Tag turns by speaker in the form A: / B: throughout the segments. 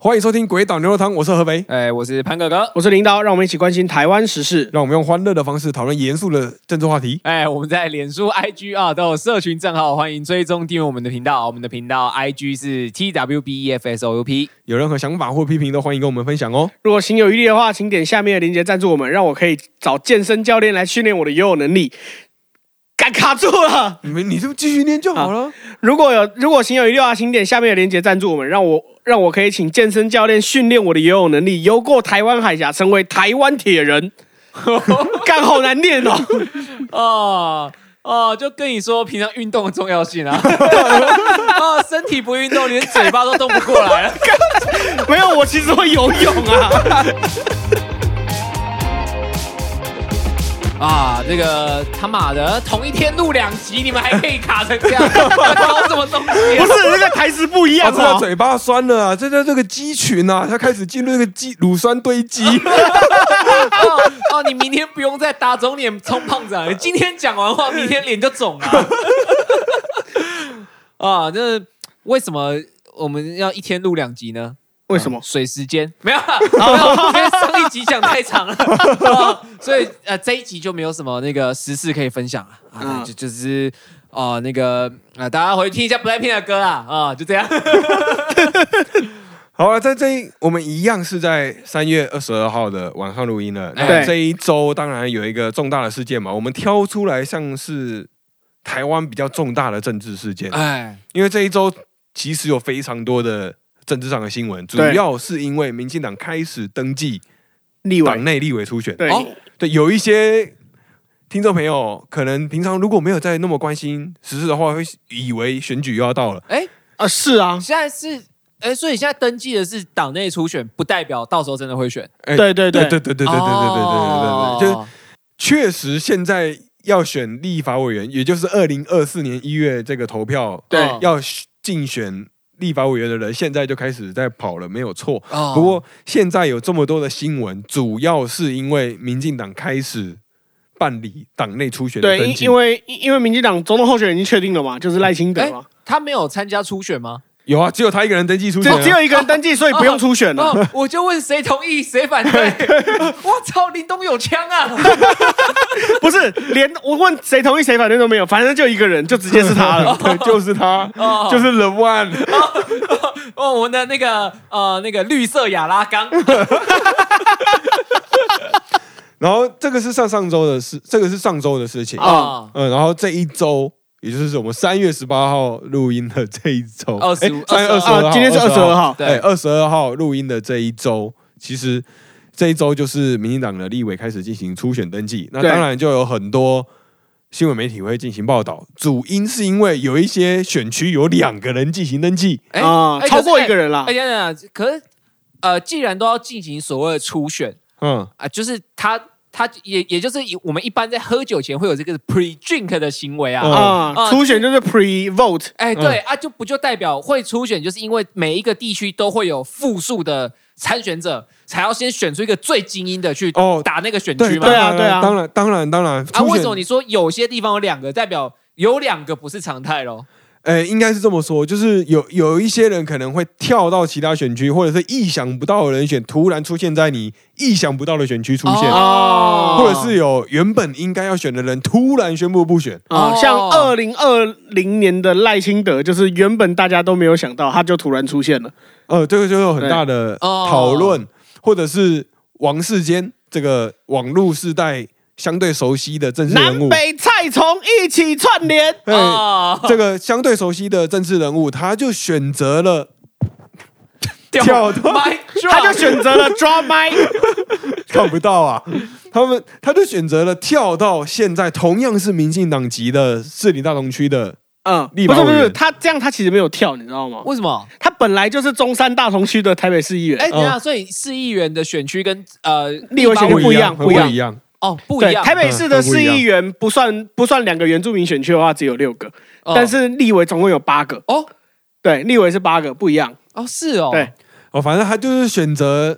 A: 欢迎收听《鬼岛牛肉汤》，我是合肥。
B: 哎，我是潘哥哥。
C: 我是林刀，让我们一起关心台湾时事。
A: 让我们用欢乐的方式讨论严肃的政治话题。
B: 哎，我们在脸书、IG 啊都有社群账号，欢迎追踪订阅我们的频道。我们的频道 IG 是 E TWBEFSOUP。
A: 有任何想法或批评，都欢迎跟我们分享哦。
C: 如果心有余力的话，请点下面的链接赞助我们，让我可以找健身教练来训练我的游泳能力。敢卡住了！
A: 你们，你就继续念就好了。
C: 如果有如果心有余力的话，请点下面的链接赞助我们，让我让我可以请健身教练训练我的游泳能力，游过台湾海峡，成为台湾 铁人。干好难念哦！
B: 哦哦，就跟你说平常运动的重要性啊。哦，身体不运动，连嘴巴都动不过来了。
C: 没有，我其实会游泳 啊。
B: 啊，这个他妈的，同一天录两集，你们还可以卡成这样，搞什么东西、
C: 不
B: 啊？
C: 是那个台词不一
A: 他
C: 样
A: 真的
C: 哦。
A: 嘴巴酸了啊！这这这个肌群啊，他开始进入那个肌乳酸堆积。
B: 哦哦，你明天不用再打肿脸充胖子了，啊你今天讲完话，明天脸就肿了。 啊，这为什么我们要一天录两集呢？
C: 为什么？
B: 水时间没有啦，没有，因为上一集讲太长了，啊所以呃这一集就没有什么那个时事可以分享了啊，
C: 嗯
B: 就就是哦、那个啊，大家回去听一下 BLACKPINK 的歌啦啊，就这 样。
A: 好了，在这一我们一样是在三月二十二号的晚上录音了。那
C: 对
A: 这一周当然有一个重大的事件嘛，我们挑出来像是台湾比较重大的政治事件，
B: 哎，
A: 因为这一周其实有非常多的政治上的新闻，主
C: 对
A: 要是因为民进党开始登记
C: 立
A: 党
C: 委
A: 内立委初选。
C: 对
B: 哦
A: 对，有一些听众朋友可能平常如果没有在那么关心时事的话，会以为选举又要到了。
B: 哎、
C: 啊，是啊，
B: 现在是哎、所以现在登记的是党内初选，不代表到时候真的会选。
A: 哎
C: 对对哦
A: 对
C: 对
A: 对对
B: 哦
A: 对对对对对对对对，就是确实现在要选立法委员，也就是二零二四年一月这个投票
C: 对
B: 哦
A: 要竞选立法委员的人，现在就开始在跑了，没有错。
B: 哦
A: 不过现在有这么多的新闻，主要是因为民进党开始办理党内初选的
C: 对，
A: 登
C: 因
A: 记
C: 因。为因因为民进党总统候选人已经确定了嘛，就是赖清德
B: 哎
C: 嘛。
B: 他没有参加初 选吗？
A: 有啊，只有他一个人登记初选
C: 只
A: 啊，
C: 只有一个人登记，所以不用初选了。
B: 哦，我就问谁同意谁反 对。我操，林东有枪啊！
C: 不是，连我问谁同意谁反对都没有，反正就一个人，就直接是他 了。
A: 对，就是他
B: 哦，
A: 就是 The One。
B: 哦，我们的那个呃那个绿色雅拉 冈，
A: 然后这个是上上周的事，这个是上周的事情。
B: 啊
A: 嗯，然后这一周，也就是我们三月十八号录音的这一周，哎
B: 25
A: 三月二十
B: 22
A: 二，
C: 啊，今天是二十二，号，
B: 对
A: 对，二十二号录音的这一周，其实这一周就是民进党的立委开始进行初选登记，那
C: 对
A: 当然就有很多。新闻媒体会进行报道，主因是因为有一些选区有两个人进行登记，
B: 哎
A: 哦
C: 啊
B: 哎
C: 超过
B: 可是
C: 一个人啦
B: 哎哎
A: 啊
B: 等等等，可是呃，既然都要进行所谓的初选
A: 嗯，
B: 啊，就是他他也也就是以我们一般在喝酒前会有这个 pre drink 的行为啊，
A: 嗯
B: 啊
C: 啊，初选就是 pre vote，
B: 哎，对、啊，就不就代表会初选，就是因为每一个地区都会有复数的参选者，才要先选出一个最精英的去
A: 哦
B: 打那个选
A: 对
B: 区嘛。
C: 对啊
A: 当然当然，当然，当然。
B: 啊，
A: 初选
B: 为什么你说有些地方有两个，代表有两个不是常态咯？
A: 呃，应该是这么说，就是有有一些人可能会跳到其他选区，或者是意想不到的人选突然出现在你意想不到的选区出现，
B: 哦
A: 或者是有原本应该要选的人突然宣布不选。
C: 啊
B: 哦，
C: 像二零二零年的赖清德，就是原本大家都没有想到，他就突然出现了。
A: 呃，这个就有很大的
B: 对哦
A: 讨论，或者是王世坚这个网络世代相对熟悉的政治人
C: 南
A: 物，
C: 北蔡从一起串联，
A: 对、
B: 哦
A: 这个相对熟悉的政治人物，他就选择了 跳动
B: My drop
C: 他就选择了 draw my，
A: 看不到 啊。他们他就选择了跳到现在同样是民进党籍的士林大同区的，
B: 啊
C: 嗯，
A: 立
C: 不
A: 马
C: 是不
A: 委
C: 是，
A: 员
C: 他这样他其实没有跳，你知道吗？
B: 为什么？
C: 他本来就是中山大同区的台北市议员
A: 嗯
B: 哎，，等一下，所以市议员的选区跟呃
C: 立委选
B: 法
C: 区
B: 委
C: 不一样
A: 不
C: 不一样
A: 一样。
B: 哦不一
C: 对，
B: 样
C: 台，北市
A: 嗯
C: 的
A: 不一
C: 市
A: 样
C: 议员不算不算两个原住民选区的话，只有六个，
B: 哦
C: 但是立委总共有八个。
B: 哦
C: 对，立委是八个，不一样。
B: 哦是哦，
C: 对，
A: 哦，反正他就是选择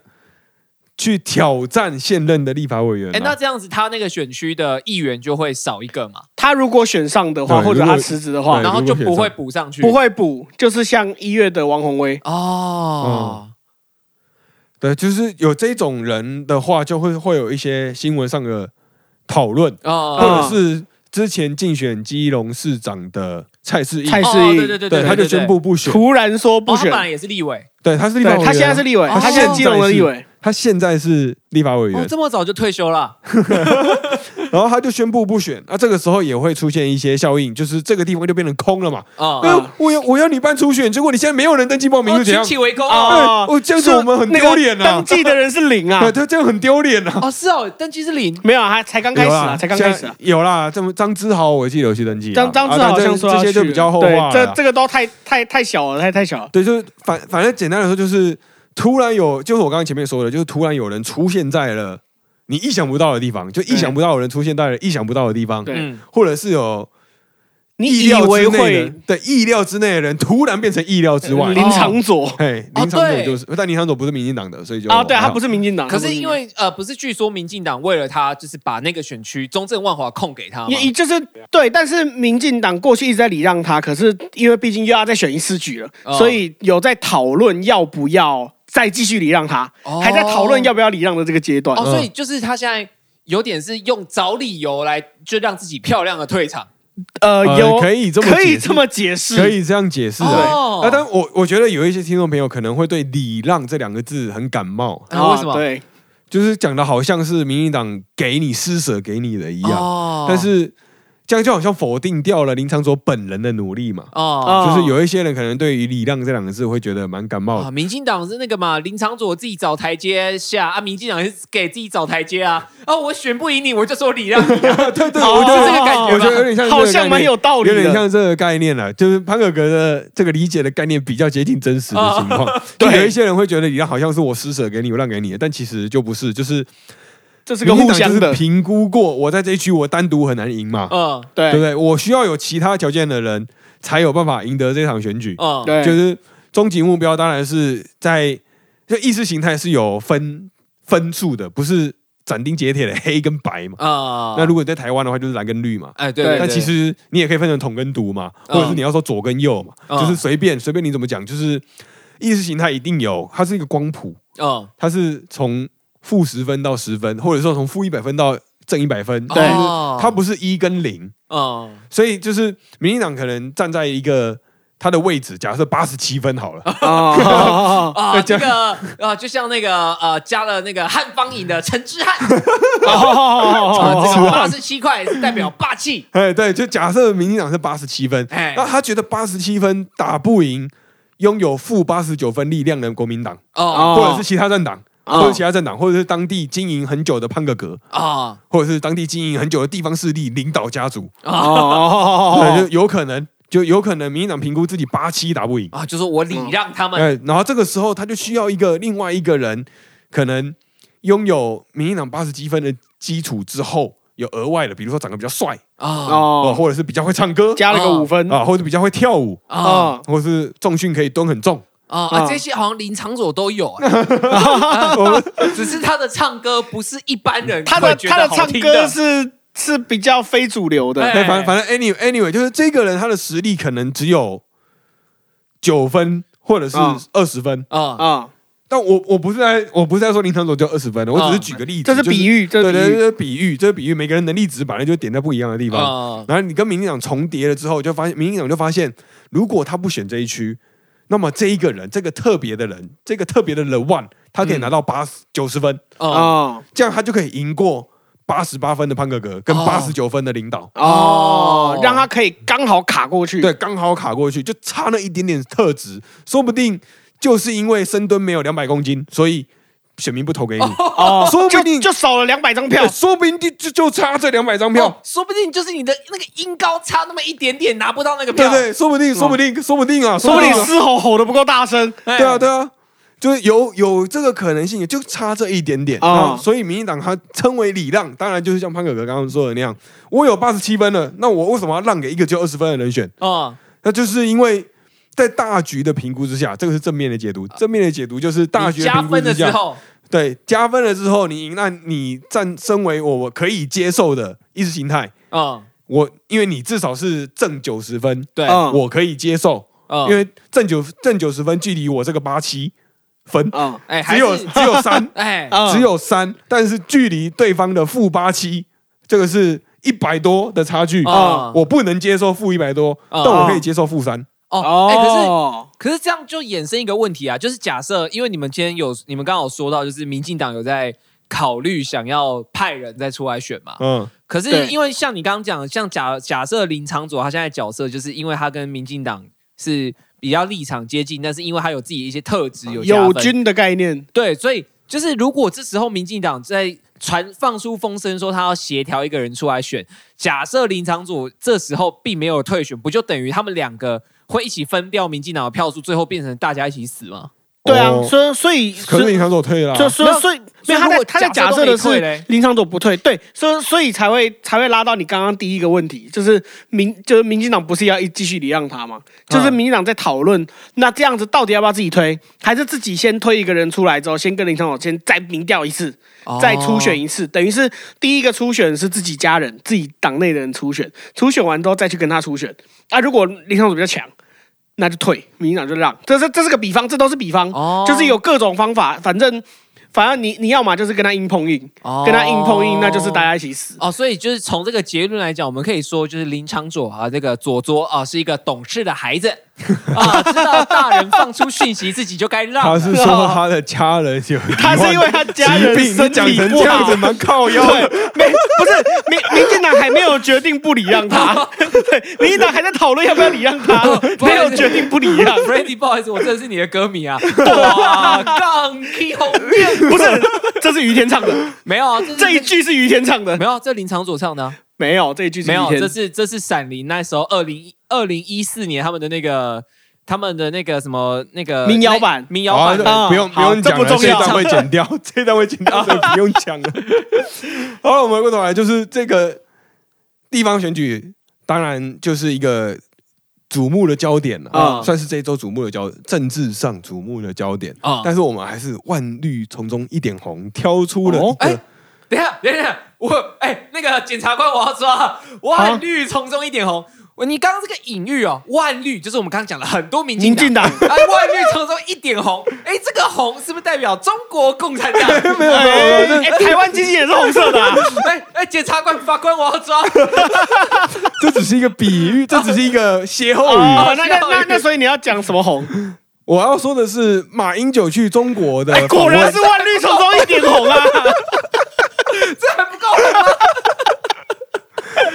A: 去挑战现任的立法委员、啊。
B: 哎，那这样子他那个选区的议员就会少一个嘛，
C: 他如果选上的话，
A: 对
C: 或者
A: 如果
C: 他辞职的话
A: 对，
B: 然后就
A: 如果选
B: 不会
A: 上
B: 补上去，
C: 不会补，就是像一月的王宏威。
B: 哦。
A: 对，就是有这种人的话，就会会有一些新闻上的讨论，
B: 哦
A: 或者是之前竞选基隆市长的蔡世义，
C: 蔡
B: 哦
C: 是一
B: 对对对对，
A: 他就宣布不选，
C: 突然说不
B: 哦他
C: 选
B: 本，来也是立委，
A: 对，他是立
C: 对
A: 法委员啊，
C: 他现在是立委，
B: 哦
C: 他现在基隆的立委，
A: 他现在是立法委
B: 哦
A: 员，，
B: 这么早就退休了，
A: 然后他就宣布不选，那、这个时候也会出现一些效应，就是这个地方就变成空了嘛。
C: 啊
B: 哦，
A: 哎、我要我要你办初选，结果你现在没有人登记报名，
B: 哦
A: 又怎
B: 群
A: 样？
B: 起围攻
A: 哎
B: 哦，
C: 哦
A: 哦，这样子我们很
C: 那个
A: 丢脸啊
C: 登！记的人是零啊
A: 对，，他这样很丢脸啊！
B: 哦是哦，登记是零，
C: 没有，啊，还才刚开始啊，才刚开始啊。
A: 有啦，这么张之豪，我记得有去登记啊，
C: 张张志
A: 啊
C: 豪好像说
A: 这
C: 要
A: 这些就
C: 去
A: 比较后话
C: 对
A: 了啦。
C: 这这个都太太太小了，太太小了。
A: 对，就是反反正简单来说，就是突然有，就是我刚刚前面说的，就是突然有人出现在了你意想不到的地方，就意想不到有人出现在了意想不到的地方，
C: 对
B: 嗯，
A: 或者是有
C: 你
A: 意
C: 以
A: 料
C: 为
A: 之内
C: 会
A: 的，对意料之内的人突然变成意料之外。
C: 林长佐
A: 嘿，
B: 哦
A: 林长佐
B: 对
A: 就是，但林长佐不是民进党的，所以就
C: 啊？对，他不
A: 是
C: 是民进党，
B: 可
C: 他不
B: 是因
C: 民
B: 为呃，不是据说民进党为了他，就是把那个选区中正万华空给他吗
C: 进党也也就是对，但是民进党过去一直在礼让他，可是因为毕竟又要再选一次举了，
B: 哦
C: 所以有在讨论要不要再继续礼让他，
B: 哦
C: 还在讨论要不要礼让的这个阶段
B: 哦，。
A: 嗯
B: 所以就是他现在有点是用找理由来就让自己漂亮的退场。
C: 呃，有
A: 哦可以这么
C: 可以
A: 解释
C: 这么解释，
A: 可以这样解释的。
B: 哦
A: 啊，但我我觉得有一些听众朋友可能会对“礼让”这两个字很感冒，
B: 啊为什么
C: 对，
A: 就是讲的好像是民进党给你施舍给你的一样。
B: 哦
A: 但是这样就好像否定掉了林长佐本人的努力嘛。
B: 哦
A: 就是有一些人可能对于“礼让”这两个字会觉得蛮感冒
C: 哦
B: 啊，
A: 的，
B: 民进党是那个嘛，林长佐自己找台阶下啊，民进党是给自己找台阶啊。啊，我选不赢你，我就说 礼让你 啊。
A: 对对，
C: 哦
A: 我觉
B: 是这个
A: 得
B: 感觉吗
A: 我觉得有点像这个概念，
C: 好像蛮有道理
A: 有
C: 的，
A: 点像这个概念了。就是潘哥哥的这个理解的概念比较接近真实的情况。就
C: 啊 对
A: 有一些人会觉得礼让好像是我施舍给你，我让给你的，但其实就不是，就是
C: 这是
A: 这
C: 个互相的，哦
A: 评估过，我在这一区我单独很难赢嘛，
B: 嗯
A: 对不
C: 对
A: 对？我需要有其他条件的人才有办法赢得这场选举。
B: 嗯，
C: 哦对，
A: 就是终极目标当然是在就意识形态是有分分数的，不是斩钉截铁的黑跟白嘛。
B: 啊
A: 那如果你在台湾的话，就是蓝跟绿嘛。
B: 哎对
C: 对
B: 对，
A: 但
B: 对
A: 其实你也可以分成统跟独嘛，
B: 嗯
A: 或者是你要说左跟右嘛，
B: 嗯
A: 就是随便随便你怎么讲，就是意识形态一定有，它是一个光谱，
B: 嗯
A: 它是从负十分到十分，或者说从负一百分到正一百分，
C: 对
B: 哦
A: 它不是一跟零，
B: 嗯
A: 所以就是民进党可能站在一个他的位置，假设八十七分好 了，
C: 啊，
B: 啊
A: 那
B: 这
A: 这
B: 个啊就像那个呃加了那个汉方饮的陈之汉， 啊
C: 哦
B: 这个八十七块是代表霸气，
A: 哎，对，就假设民进党是八十七分，
B: 哎
A: 那他觉得八十七分打不赢拥有负八十九分力量的国民党，
B: 哦
C: 哦
A: 或者是其他政党，
C: 哦
A: 或者其他政党，或者是当地经营很久的潘格格，
B: 哦
A: 或者是当地经营很久的地方势力领导家族，对，
C: 哦
A: 就有可能，就有可能民进党评估自己八七打不赢，
B: 啊，就说我礼让
C: 哦
B: 他们，
A: 哎，然后这个时候他就需要一个另外一个人，可能拥有民进党八十积分的基础之后，有额外的，比如说长得比较帅
B: 啊
A: 哦，
C: 哦，
A: 或者是比较会唱歌
C: 加了个五分嗯
A: 啊，或者比较会跳舞，
B: 啊
A: 或者是重训可以蹲很重。
B: 啊啊！
C: 啊
B: 这些好像林场佐都有，哎 只是他的唱歌不是一般人
C: 他的
B: 会觉得
C: 他的
B: 好
C: 唱
B: 听
C: 歌是是比较非主流的，
B: 哎
A: 对，反反正 anyway anyway，就是这个人他的实力可能只有九分或者是
B: 嗯
C: 啊
A: 二十分，
B: 啊
C: 啊，
A: 但我我不是在我不是在说林长佐就二十分的，我
B: 嗯
A: 只是举个例子，
C: 这是
A: 就
C: 比喻，这
A: 对
C: 是
A: 对，
C: 比
A: 这
C: 喻，
A: 是比喻，这是比喻，每个人能力值本来就点在不一样的地方。
B: 啊
A: 然后你跟民进党重叠了之后，就发现民进党就发现，如果他不选这一区，那么这一个人，这个特别的人，这个特别的人 one，他
B: 嗯
A: 可以拿到八十九十分，
B: 啊！
C: 哦
A: 这样他就可以赢过八十八分的潘格格跟
B: 哦
A: 八十九分的领导。
C: 哦，让他可以刚好卡过去，
A: 对，刚好卡过去，就差那一点点特质，说不定就是因为深蹲没有两百公斤，所以选民不投给你，
C: 哦，
A: 说不
C: 就
A: 定
C: 就少了两百张票
A: 对，说不定就就就差这两百张票。
B: 哦说不定就是你的那个音高差那么一点点，拿不到那个
A: 对
B: 票。哦
A: 不对，说不定，说不定，说不定啊，
C: 说不定
A: 啊
C: 嘶吼吼的不够大声，
B: 哎
A: 对啊，对啊，就是有有这个可能性，就差这一点点
B: 哦
C: 啊
A: 啊。所以民进党他称为礼让，当然就是像潘哥哥刚刚说的那样，我有八十七分了，那我为什么要让给一个就二十分的人选？
B: 啊
A: 那就是因为在大局的评估之下，这个是正面的解读。正面的解读就是大
B: 你
A: 局的
B: 加
A: 评估
B: 分
A: 之
B: 了之
A: 下，
B: 后，
A: 对加分了之后，你赢，那你站身为我我可以接受的意识形态，
B: 嗯，
A: 我因为你至少是正九十分，
B: 对，
C: 嗯
A: 我可以接受。
B: 嗯
A: 因为正九正九十分距离我这个八七分，
C: 啊，
B: 哎，还
A: 只有
B: 是，
A: 只有三
B: 哎
C: 啊
A: 只有三，但是距离对方的负八七，这个是一百多的差距。
C: 嗯
B: 哦
A: 我不能接受负一百多，
B: 哦
A: 但我可以接受负三。
B: 哦，哎，可是可是这样就衍生一个问题啊，就是假设，因为你们今天有你们刚好说到，就是民进党有在考虑想要派人再出来选嘛。
A: 嗯，
B: 可是
C: 对
B: 因为像你刚刚讲，像假假设林长佐他现在的角色，就是因为他跟民进党是比较立场接近，但是因为他有自己的一些特质有加
C: 哦友
B: 分，
C: 军的概念，
B: 对，所以就是如果这时候民进党在传放出风声说他要协调一个人出来选，假设林长佐这时候并没有退选，不就等于他们两个会一起分掉民进党的票数，最后变成大家一起死吗？
C: 对啊，
A: 哦
C: 所以所以
A: 可是林长佐退了啊，
C: 所以所
B: 没
C: 以
B: 有
C: 所
B: 所以
C: 以没有他
B: 如果
C: 在他在
B: 假
C: 假
B: 设
C: 设
B: 都
C: 的
B: 没退
C: 是
B: 嘞
C: 林长佐不退，对，所以所以才会才会拉到你刚刚第一个问题，就是民就是民进党不是要一继续礼让他吗？就是
B: 嗯
C: 民进党在讨论，那这样子到底要不要自己推，还是自己先推一个人出来之后，先跟林长佐先再民调一次，再初
B: 哦
C: 选一次，等于是第一个初选是自己家人、自己党内的人初选，初选完之后再去跟他初选。啊，如果林长佐比较强，那就退，民进党就让。这是这是个比方，这都是比方，
B: 哦
C: 就是有各种方法，反正。反正你你要嘛就是跟他硬碰硬，
B: 哦
C: 跟他硬碰硬，那就是大家一起死。
B: 哦，所以就是从这个结论来讲，我们可以说，就是林长佐啊，这个佐佐啊，是一个懂事的孩子 啊，知道大人放出讯息，自己就该让啊
A: 他
B: 了。
A: 是 说他的家人有
C: 他是因为他家人
A: 疾病，
C: 身
A: 你讲
C: 体
A: 成
C: 不
A: 这样
C: 好
A: 子，蛮靠腰
C: 对
A: 的。，
C: 没不是民民进党还没有决定不礼让 他，对，民进党还在讨论要不要礼让他
B: 哦，不好
C: 没
B: 意思
C: 有决定不礼让。
B: Freddy，不好意思，我真的是你的歌 迷啊！哇，杠 K 红面
C: 不是，这是于天唱的，
B: 没有啊，
C: 这
B: 这
C: 一
B: 一
C: 句是于天唱的，
B: 没有啊，这林长佐唱的啊、
C: 没有这一句是
B: 没
C: 于
B: 有，啊这
C: 天。
B: 是这是闪灵那时候二零二零一四年他们的那个他们的那个什么那个
C: 民谣版
B: 那民谣
A: 好
B: 版，的。
C: 啊
A: 那不用不
C: 好
A: 用讲
C: 这不
A: 了，
C: 重
A: 这一
C: 要
A: 段会剪掉， 这一段会剪掉，所以不用讲了。好了，我们回头来，就是这个地方选举，当然就是一个瞩目的焦点了、
C: 啊
A: 算是这一周瞩目的焦，政治上瞩目的焦点
B: 啊
A: 但是我们还是万绿丛中一点红，挑出了一
C: 哦
A: 个、
B: 哎等一下，等一下，我哎、那个检察官，我要抓
C: 啊
B: 万绿丛中一点红。我你刚刚这个隐喻哦，万绿就是我们刚刚讲了很多民进
C: 民进党
B: 哎，万绿丛中一点红，哎，这个红是不是代表中国共产党？
A: 没有没有没有，这
C: 哎，台湾基金也是红色的啊，
B: 哎哎，检察官、法官，我要抓。
A: 这只是一个比喻，这只是一个歇后语。
C: 哦，那那那那，所以你要讲什么红？
A: 我要说的是马英九去中国的
C: 哎，
A: 访
C: 果
A: 问
C: 然是万绿丛中一点红 啊！
B: 这还不够红吗？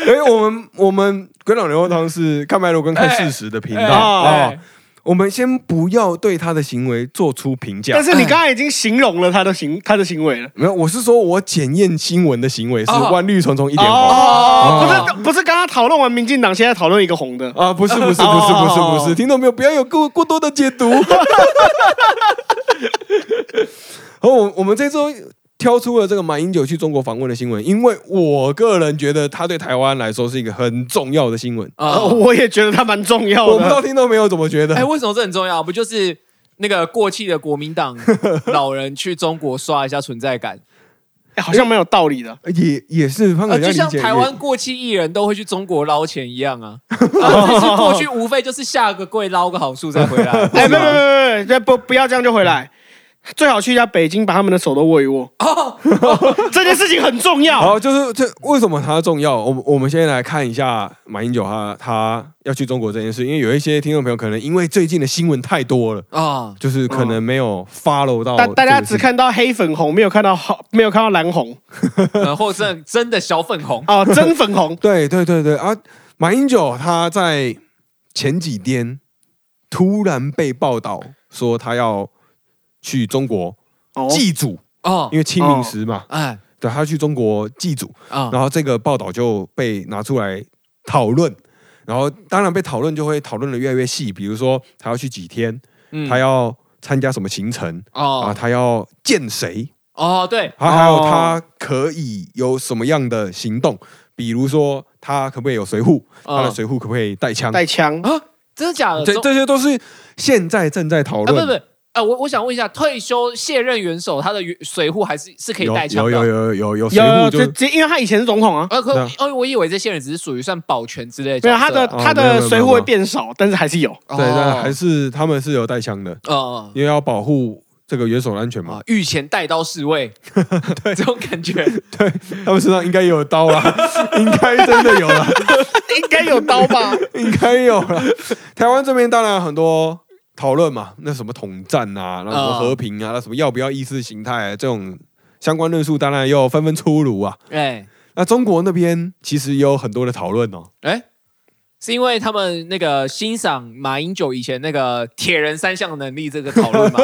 A: 因为哎我们我们鬼佬牛肉汤是看脉络跟看事实的频道
B: 哎
A: 啊、
C: 哎
B: 哎
A: 我们先不要对他的行为做出评价
C: 但。是你刚才已经形容了他的行他的行为了。
A: 没有，我是说我检验新闻的行为是
B: 哦
A: 万绿丛中一点红。
C: 哦，
B: 哦
C: 不是不是，刚刚讨论完民进党，现在讨论一个红的。
A: 啊，不是不是不是
C: 哦
A: 不是
C: 哦
A: 不是，听懂没有？不要有过过多的解读。好，我我们这周挑出了这个马英九去中国访问的新闻，因为我个人觉得他对台湾来说是一个很重要的新闻。
B: 啊
C: 呃，我也觉得它蛮重要的。
A: 我不知道听众朋友怎么觉得
B: 哎，。为什么这很重要？不就是那个过气的国民党老人去中国刷一下存在感？
C: 哎好像蛮有道理的。
A: 也也是，他
B: 呃，
A: 们
B: 就像台湾过气艺人都会去中国捞钱一样啊，啊只是过去无非就是下个跪捞个好处再回来。
C: 哎，没有没有没有没有没有，不不要这样就回来，最好去一下北京，把他们的手都握一握。
B: 哦，
C: 这件事情很重要。
A: 好，就是这为什么它重要？我们我们先来看一下马英九他他要去中国这件事，因为有一些听众朋友可能因为最近的新闻太多了，
B: 啊，
A: 就是可能没有 follow 到
C: 大
A: 哦这个事情。。
C: 大家只看到黑粉红，没有看到好，没有看到蓝红
B: 呃或者真的小粉红
C: 哦，真粉红
A: 对对对对啊！马英九他在前几天突然被报道说他要去中国
C: 哦，
A: 祭祖，
B: 哦
A: 因，为清明时嘛，
B: 哎
A: 对，他去中国祭祖，
B: 啊
A: 然后这个报道就被拿出来讨论，然后当然被讨论就会讨论的越来越细，比如说他要去几天，
B: 嗯
A: 他要参加什么行程啊，
B: 哦
A: 他要见谁，
B: 哦对
A: 还还有
C: 哦
A: 他可以有什么样的行动，比如说他可不可以有随扈，他的
B: 嗯
A: 随扈可不可以带枪，
C: 带枪。
B: 啊，真的假的？
A: 这
B: 中
A: 这些都是现在正在讨
B: 啊，不
A: 论
B: 不，不，啊，我我想问一下，退休卸任元首他的元水户还是是可以带枪
A: 有有
B: 的？
A: 有有有有随
C: 有
A: 扈
C: 有，
A: 就
C: 这这因为他以前是总统啊，
B: 呃，可
A: 对啊
B: 哦，我以为这些人只是属于算保全之类的角
C: 没
B: 色
C: 有
B: 啊，
C: 他的
A: 哦
C: 他
A: 没有没
C: 的
A: 有
C: 水
A: 没
C: 户
A: 有
C: 会变少，但是还是有。
A: 对，但还
B: 是
A: 是他们是有带枪的，
B: 哦
A: 因为要保护这个元首的安全嘛
B: 啊，，御前带刀侍卫，这种感觉。
A: 他们身上应该也有刀啦， 应该真的有啦，
C: 应该有刀吧？
A: 应该有啦。台湾这边当然很多讨论嘛，那什么统战啊，那什么
B: 啊
A: 和平啊，那什么要不要意识形态、啊、这种相关论述，当然又纷纷出炉啊。
B: 哎
A: 那中国那边其实也有很多的讨论 哦，
B: 哎，是因为他们那个欣赏马英九以前那个铁人三项能力这个 讨论吗？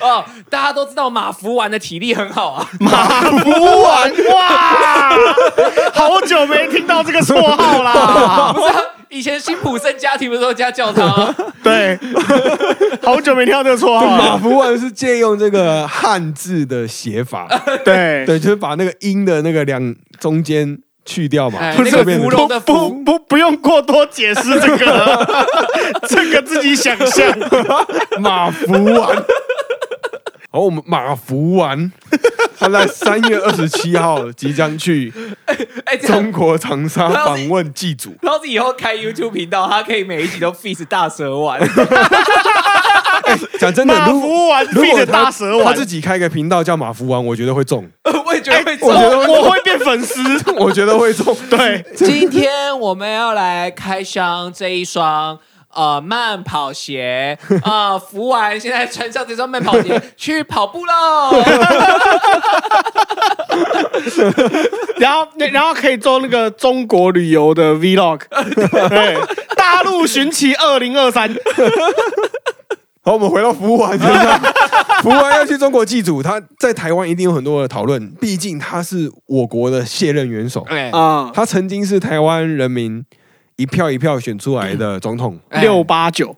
B: 哦，大家都知道马福丸的体力很好 啊，
C: 不玩哇！好久没听到这个绰 号啦。
B: 不是啊、以前辛普森家庭不是都这样叫他吗？
C: 对，好久没听到这个绰号
A: 马
C: 了。
A: 福万是借用这个汉字的写法，
C: 对，
A: 对，就是把那个音的那个两中间去掉嘛，
B: 哎
A: 就
B: 那
A: 这
B: 个
A: 边
B: 芙
A: 的
B: 蓉的
C: 不
B: 芙，
C: 不不用过多解释这个， 这个自己想 象。
A: 马福 丸。好，我们马福丸，他在三月二十七号即将去
B: 哎，这
A: 中
B: 样。
A: 国长沙访问祭祖。
B: 然后以后开 YouTube 频道，他可以每一集都 feast 大 蛇丸，
A: 讲真的，
C: 马
A: 如果
C: 福丸
A: 如
C: 变
A: 果
C: 成大
A: 他
C: 蛇
A: 他
C: 丸，
A: 自己开一个频道叫马福丸，我觉得会中，
B: 我也觉得会中。
A: 哎我觉得
C: 我会变粉丝。
A: 我觉得会中。
C: 对，
B: 今天我们要来开箱这一双呃慢跑鞋啊、呃，福完现在穿上这双慢跑鞋去跑步喽。
C: 然后那然后可以做那个中国旅游的 vlog，对，大陆寻奇二零二三，
A: 好，我们回到服务完身 上，服务完要去中国祭祖，他在台湾一定有很多的讨论，毕竟他是我国的卸任元首，
B: 哎
C: 啊，
A: 他曾经是台湾人民一票一票选出来的总统，
B: 哎
C: 六八九，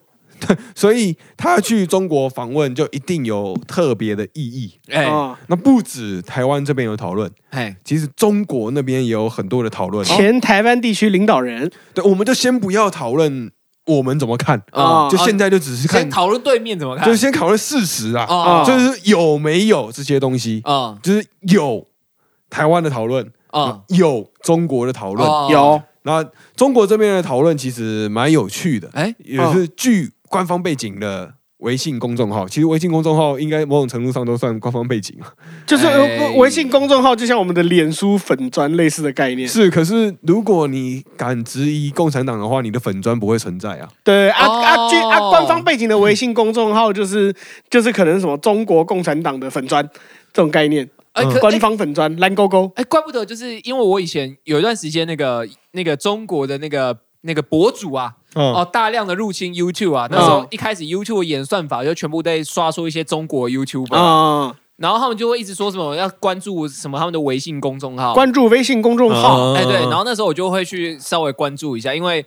A: 所以他去中国访问就一定有特别的意义。
B: 哎
C: 啊
A: 那不止台湾这边有讨论，
B: 哎
A: 其实中国那边也有很多的讨论。
C: 前台湾地区领导人
A: 对，我们就先不要讨论我们怎么看，
B: 哦
A: 就现在就只是看
B: 先，讨论对面怎么看，
A: 就是先讨论事实啊，
B: 哦
A: 就是有没有这些东西，
B: 哦
A: 就是有台湾的讨论，
B: 哦
A: 有中国的讨论。
B: 哦
C: 有
A: 那中国这边的讨论其实蛮有趣的，
B: 哎
A: 也是据官方背景的微信公众号，其实微信公众号应该某种程度上都算官方背景啊嘛
C: 就是
B: 哎
C: 微信公众号，就像我们的脸书粉砖类似的概念。
A: 是，可是如果你敢质疑共产党的话，你的粉砖不会存在啊。
C: 对啊
B: 哦
C: 啊，据啊官方背景的微信公众号就是就是可能什么中国共产党的粉砖这种概念，
B: 哎
A: 嗯
B: 可
C: 官方粉砖蓝勾勾
B: 哎，怪不得，就是因为我以前有一段时间，那个那个中国的那个那个博主啊，
A: 嗯
B: 哦，大量的入侵 YouTube 啊，那时候
C: 嗯
B: 一开始 YouTube 的演算法就全部在刷出一些中国 YouTuber，、
A: 嗯
C: 啊，
B: 然后他们就会一直说什么要关注什么他们的微信公众号，
C: 啊
B: 啊
C: 关注微信公众号。
B: 哎对，然后那时候我就会去稍微关注一下，因为。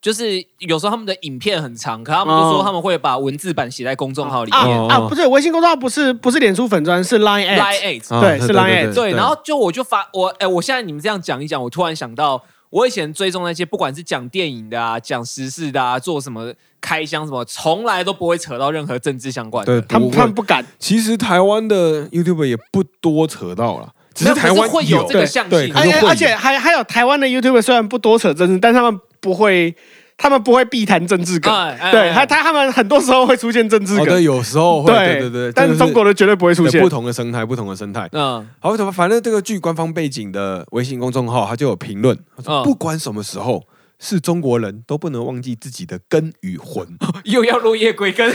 B: 就是有时候他们的影片很长，可他们就说
C: 哦
B: 他们会把文字版写在公众号里
C: 啊
B: 面。
A: 哦
C: 啊，不是微信公众号，不是不是脸书粉砖，是 Line
B: Line
C: at。
B: Eight，
A: 啊
C: 对是 Line
B: 对，然后就我就发我哎、我现在你们这样讲一讲，我突然想到，我以前追踪那些不管是讲电影的啊、讲时事的啊、做什么开箱什么，从来都不会扯到任何政治相关的。
A: 对，
C: 他们
A: 不
C: 他
A: 会
C: 们不敢，
A: 其实台湾的 YouTube 也不多扯到了，只
B: 没
A: 是
B: 有
A: 台
B: 可
A: 湾
B: 是会有这个哎象
A: 对，
B: 性
A: 可
C: 而
A: 是
C: 且
A: 会有
C: 哎而且还还有台湾的 YouTube 虽然不多扯政治，但他们不会，他们不会避谈政治梗。
B: 哎哎
C: 对
B: 哎
C: 他他他们很多时候会出现政治
A: 哦，
C: 梗
A: 对，，有时候会，对对对，
C: 但
A: 真的
C: 是中国的绝对不会出
A: 对
C: 现
A: 不。同的生态，不同的生态。
B: 嗯
A: 好，怎么反正这个据官方背景的微信公众号，他就有评论，他说
B: 嗯
A: 不管什么时候。是中国人都不能忘记自己的根与魂，
B: 又要落叶归根，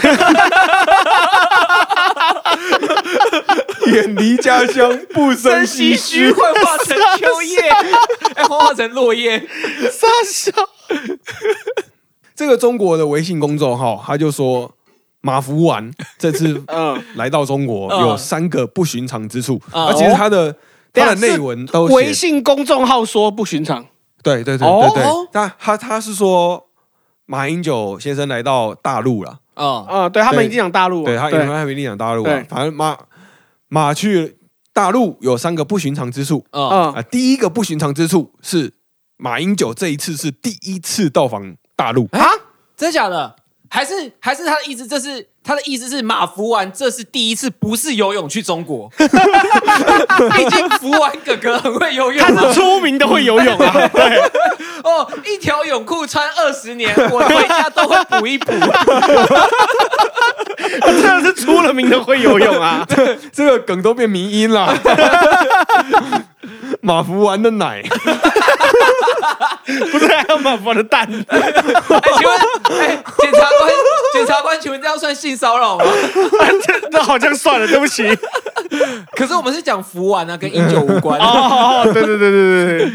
A: 远离家乡不 生唏
B: 唏嘘
A: 嘘。
B: 幻化成秋叶，哎，幻化成落叶。
C: 傻笑，
A: 这个中国的微信公众号，他就说马福丸这次
C: 嗯，
A: 来到中国
B: 嗯
A: 有三个不寻常之处，
B: 嗯
A: 而其实他
C: 哦
A: 的他的内文都
C: 微
A: 写
C: 信公众号说不寻常，
A: 对对对
C: 哦
A: 对对，那他他是说马英九先生来到大陆了，
B: 哦
C: 啊，对他们
A: 对
C: 已经讲大陆了，
A: 对他因为他一定讲大陆啊
C: 对，
A: 反正马马去大陆有三个不寻常之处
B: 哦
A: 啊，
C: 嗯，
A: 第一个不寻常之处是马英九这一次是第一次到访大陆，
B: 啊，真假的？还是还是他的意思，这是他的意思是马福完这是第一次不是游泳去中 国，毕竟福完哥哥很会游泳
C: 他是
B: 啊。
C: 出名的会游泳 啊，对，
B: 哦，一条泳裤穿二十年，我回家都会补 一补。哎
C: 他真的是出了名的会游泳 啊。
A: 这个梗都变迷音了。 马福丸的奶，
C: 不是还有马福的 蛋？
B: 哎，请问，哎，检察官，检察官，请问这样算性骚扰吗？
C: 那好像算了，对不起。
B: 可是我们是讲福完啊，跟饮酒无关。
C: 哦，对对对对对对，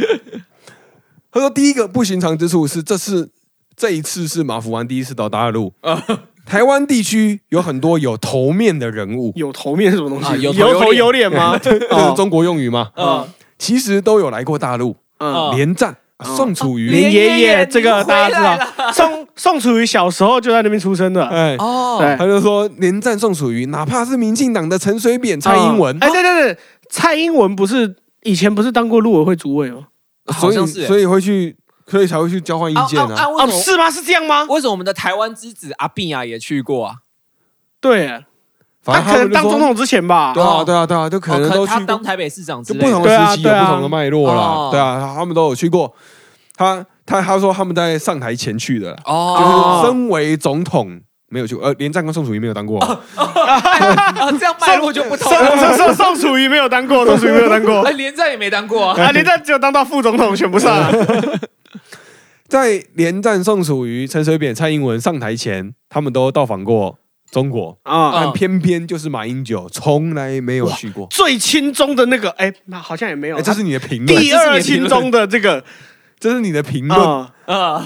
A: 他说第一个不寻常之处是，这是这一次是马福丸第一次到大陆。
C: 嗯
A: 台湾地区有很多有头面的人物，
C: 有头面是什么东
B: 啊
C: 西？
B: 有头
C: 有
B: 有
C: 头有脸 吗？哦
A: 这是中国用语吗？
B: 嗯
A: 其实都有来过大陆，
C: 嗯，哦
B: 哦
A: 连战、宋楚瑜，
C: 林爷爷这个
B: 你回来
C: 大
B: 了
C: 家知道，宋宋楚瑜小时候就在那边出生的。
A: 哎，
B: 哦
C: 对，
A: 他就说连战、宋楚瑜，哪怕是民进党的陈水扁、蔡英文
C: 嗯，哎，对对对，蔡英文不是以前不是当过陆委会主委吗？
A: 所
B: 好
A: 以
B: 像是欸。
A: 所以会去，所以才会去交换意
B: 啊
A: 见
B: 啊
A: 啊
B: 啊！。为什
C: 哦，
B: 么
C: 是吗？是这样吗？
B: 为什么我们的台湾之子阿碧啊也去过啊？
C: 对，他
A: 反正
C: 可
A: 他
C: 能
A: 们就
C: 当
A: 说
C: 总，统之前吧
A: 对。啊，
B: 哦
A: 对啊，对啊，就可能
B: 哦
A: 都
B: 他
A: 去过
B: 当台北市长之
A: 就
B: 类
A: 不同
B: 的，
C: 对
A: 的
C: 啊
A: 时期有
C: 对啊
A: 不同的脉络啦
B: 哦，
A: 对啊，他们都有去过。他他他说他们在上台前去的啦，就是
B: 哦，
A: 身为总统没有去过，呃，连战跟宋楚瑜没有当过，
B: 啊，这样脉络就不同
C: 宋
B: 了。
C: 宋宋宋楚瑜没有当过， 宋楚瑜没有当过
B: 哎，，连战也没当 过啊。
A: 哎
C: 啊，连战只有当到副总统，选不上啊。
A: 在连战、宋楚瑜、陈水扁、蔡英文上台前，他们都到访过中国，
C: 啊
A: 但
B: 哦
A: 偏偏就是马英九从来没有去过。
C: 最轻中的那个，哎、那好像也没有，
A: 哎，这是你的评论，
C: 第二轻中的这个
A: 这是你的评论。
C: 啊、
B: 啊，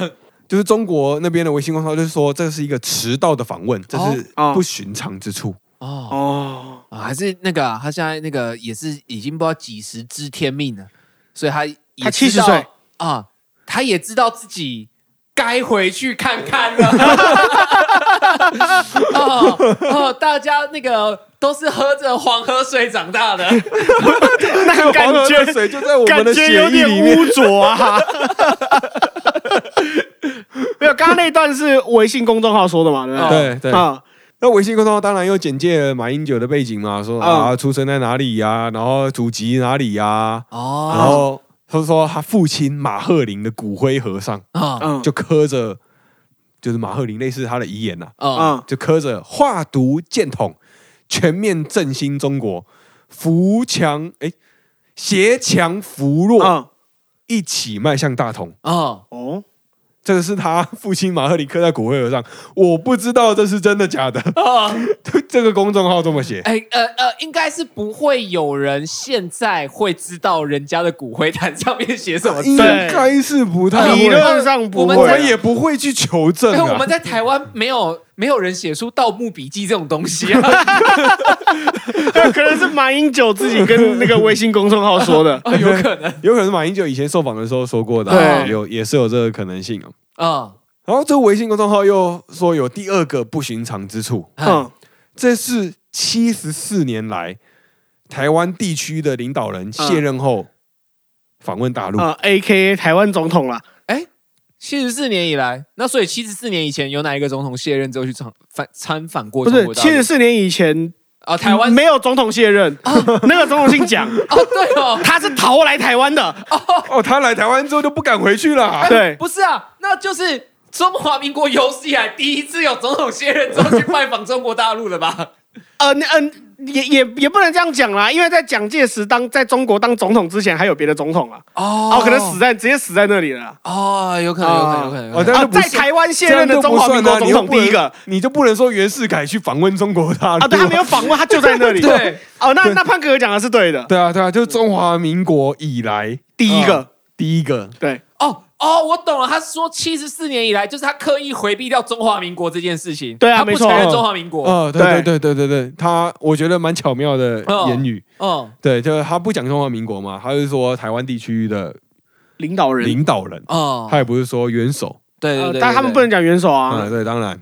A: 就是中国那边的维新官方就是说，这是一个迟到的访问，这是
C: 哦
A: 不寻常之处。
B: 哦，
C: 哦，
B: 啊还是那个啊，他现在那个也是已经不知道几十知天命了，所以他也
C: 他
B: 知
C: 70
B: 道
C: 岁
B: 啊，他也知道自己该回去看看 了。哦哦，大家那个都是喝着黄河水长大的。
C: 那个 感
A: 黄河
C: 觉
A: 的水就在我们
C: 感
A: 的
C: 觉
A: 血
C: 有
A: 液
C: 点
A: 里面。
C: 污浊啊。 没有，刚刚那段是微信公众号说的嘛，对不对？
A: 对哦对，
C: 啊，
A: 那微信公众号当然又简介了马英九的背景嘛，说啊
C: 嗯
A: 出生在哪里呀、然后祖籍哪里呀、
C: 啊
A: 然
B: 哦
A: 后他说他父亲马赫林的骨灰盒上
B: 啊
C: 嗯，
A: 哦就刻着，就是马赫林类似他的遗言呐、
B: 啊
C: 嗯，
A: 就刻着化毒剑统，全面振兴中国，扶强哎携强扶弱，
C: 嗯，
A: 一起迈向大同。
B: 啊！
C: 哦，
A: 这个是他父亲马赫林刻在骨灰盒上，我不知道这是真的假的。
B: 哦
A: 这个公众号这么写，
B: 哎、呃呃，应该是不会有人现在会知道人家的骨灰坛上面写
C: 啊
B: 什么字。
A: 应该是不太
C: 理
A: 会。
C: 论上不
A: 啊我
B: 哎我们
A: 们
C: 会
A: 也不会去求证、
B: 因
A: 啊。
B: 为我们在台湾没有没有人写出《盗墓笔记》这种东西啊，。
C: 啊，可能是马英九自己跟那个微信公众号说的
B: 哦有可能
A: 有可能马英九以前受访的时候说过的、啊，
C: 对
A: 有也是有这个可能性啊。
B: 啊。
A: 然后这个微信公众号又说有第二个不寻常之处，
B: 哎
C: 嗯，
A: 这是七十四年来台湾地区的领导人卸任
C: 嗯
A: 后访问大陆。
C: 啊，A K A 台湾总统啦，
B: 哎，七十四年以来，那所以七十四年以前有哪一个总统卸任之后去参反参访过
C: 不
B: 中
C: 是
B: 国大陆？
C: 七十四年以前，
B: 啊，台湾
C: 没有总统卸任，
A: 啊
C: 那个总统姓蒋，
B: 哦，对 哦，
C: 他是逃来台湾的，
A: 哦，他来台湾之后就不敢回去 了、
B: 哎
C: 对
B: 不是啊，那就是中华民国有史以来第一次有总统卸任之后去拜访中国大陆了吧？
C: 呃，那嗯、也也也不能这样讲啦，因为在蒋介石当在中国当总统之前，还有别的总统啊，
B: 哦
C: 哦，可能死在直接死在那里了啦。
B: 哦，有可能，有可能，有可能。有
A: 哦，
B: 可
A: 但
B: 能
A: 是
C: 啊，
A: 不
C: 在
A: 是
C: 台湾
A: 这
C: 现任
A: 样
C: 的
A: 就
C: 中
A: 不
C: 华
A: 算
C: 民
A: 啊
C: 国
A: 你
C: 总
A: 又
C: 统
A: 不能
C: 第一个
A: 你就不能说袁世凯去访问中国大陆
C: 啊，对他没有访问，他就在那里。
B: 对，
C: 哦，那
A: 对
C: 那潘格尔讲的是对的，
A: 对啊，对啊，就是中华民国以来
C: 第一
A: 嗯
C: 个，
A: 第一个，
C: 对，
B: 哦哦，我懂了。他说七十四年以来，就是他刻意回避掉中华民国这件事情。
C: 对啊
B: 他不
C: 没错嗯
B: 承认中华民国。
A: 哦，对对对对对对，他我觉得蛮巧妙的
C: 哦
A: 言语，
B: 嗯，
A: 对，就是他不讲中华民国嘛，他是说台湾地区的
C: 领导人，
A: 领导人，
B: 哦
A: 他，也不是说元首，
B: 对对
C: 呃
B: 对，
C: 但他们不能讲元首
A: 啊，
C: 啊。
A: 对，当然，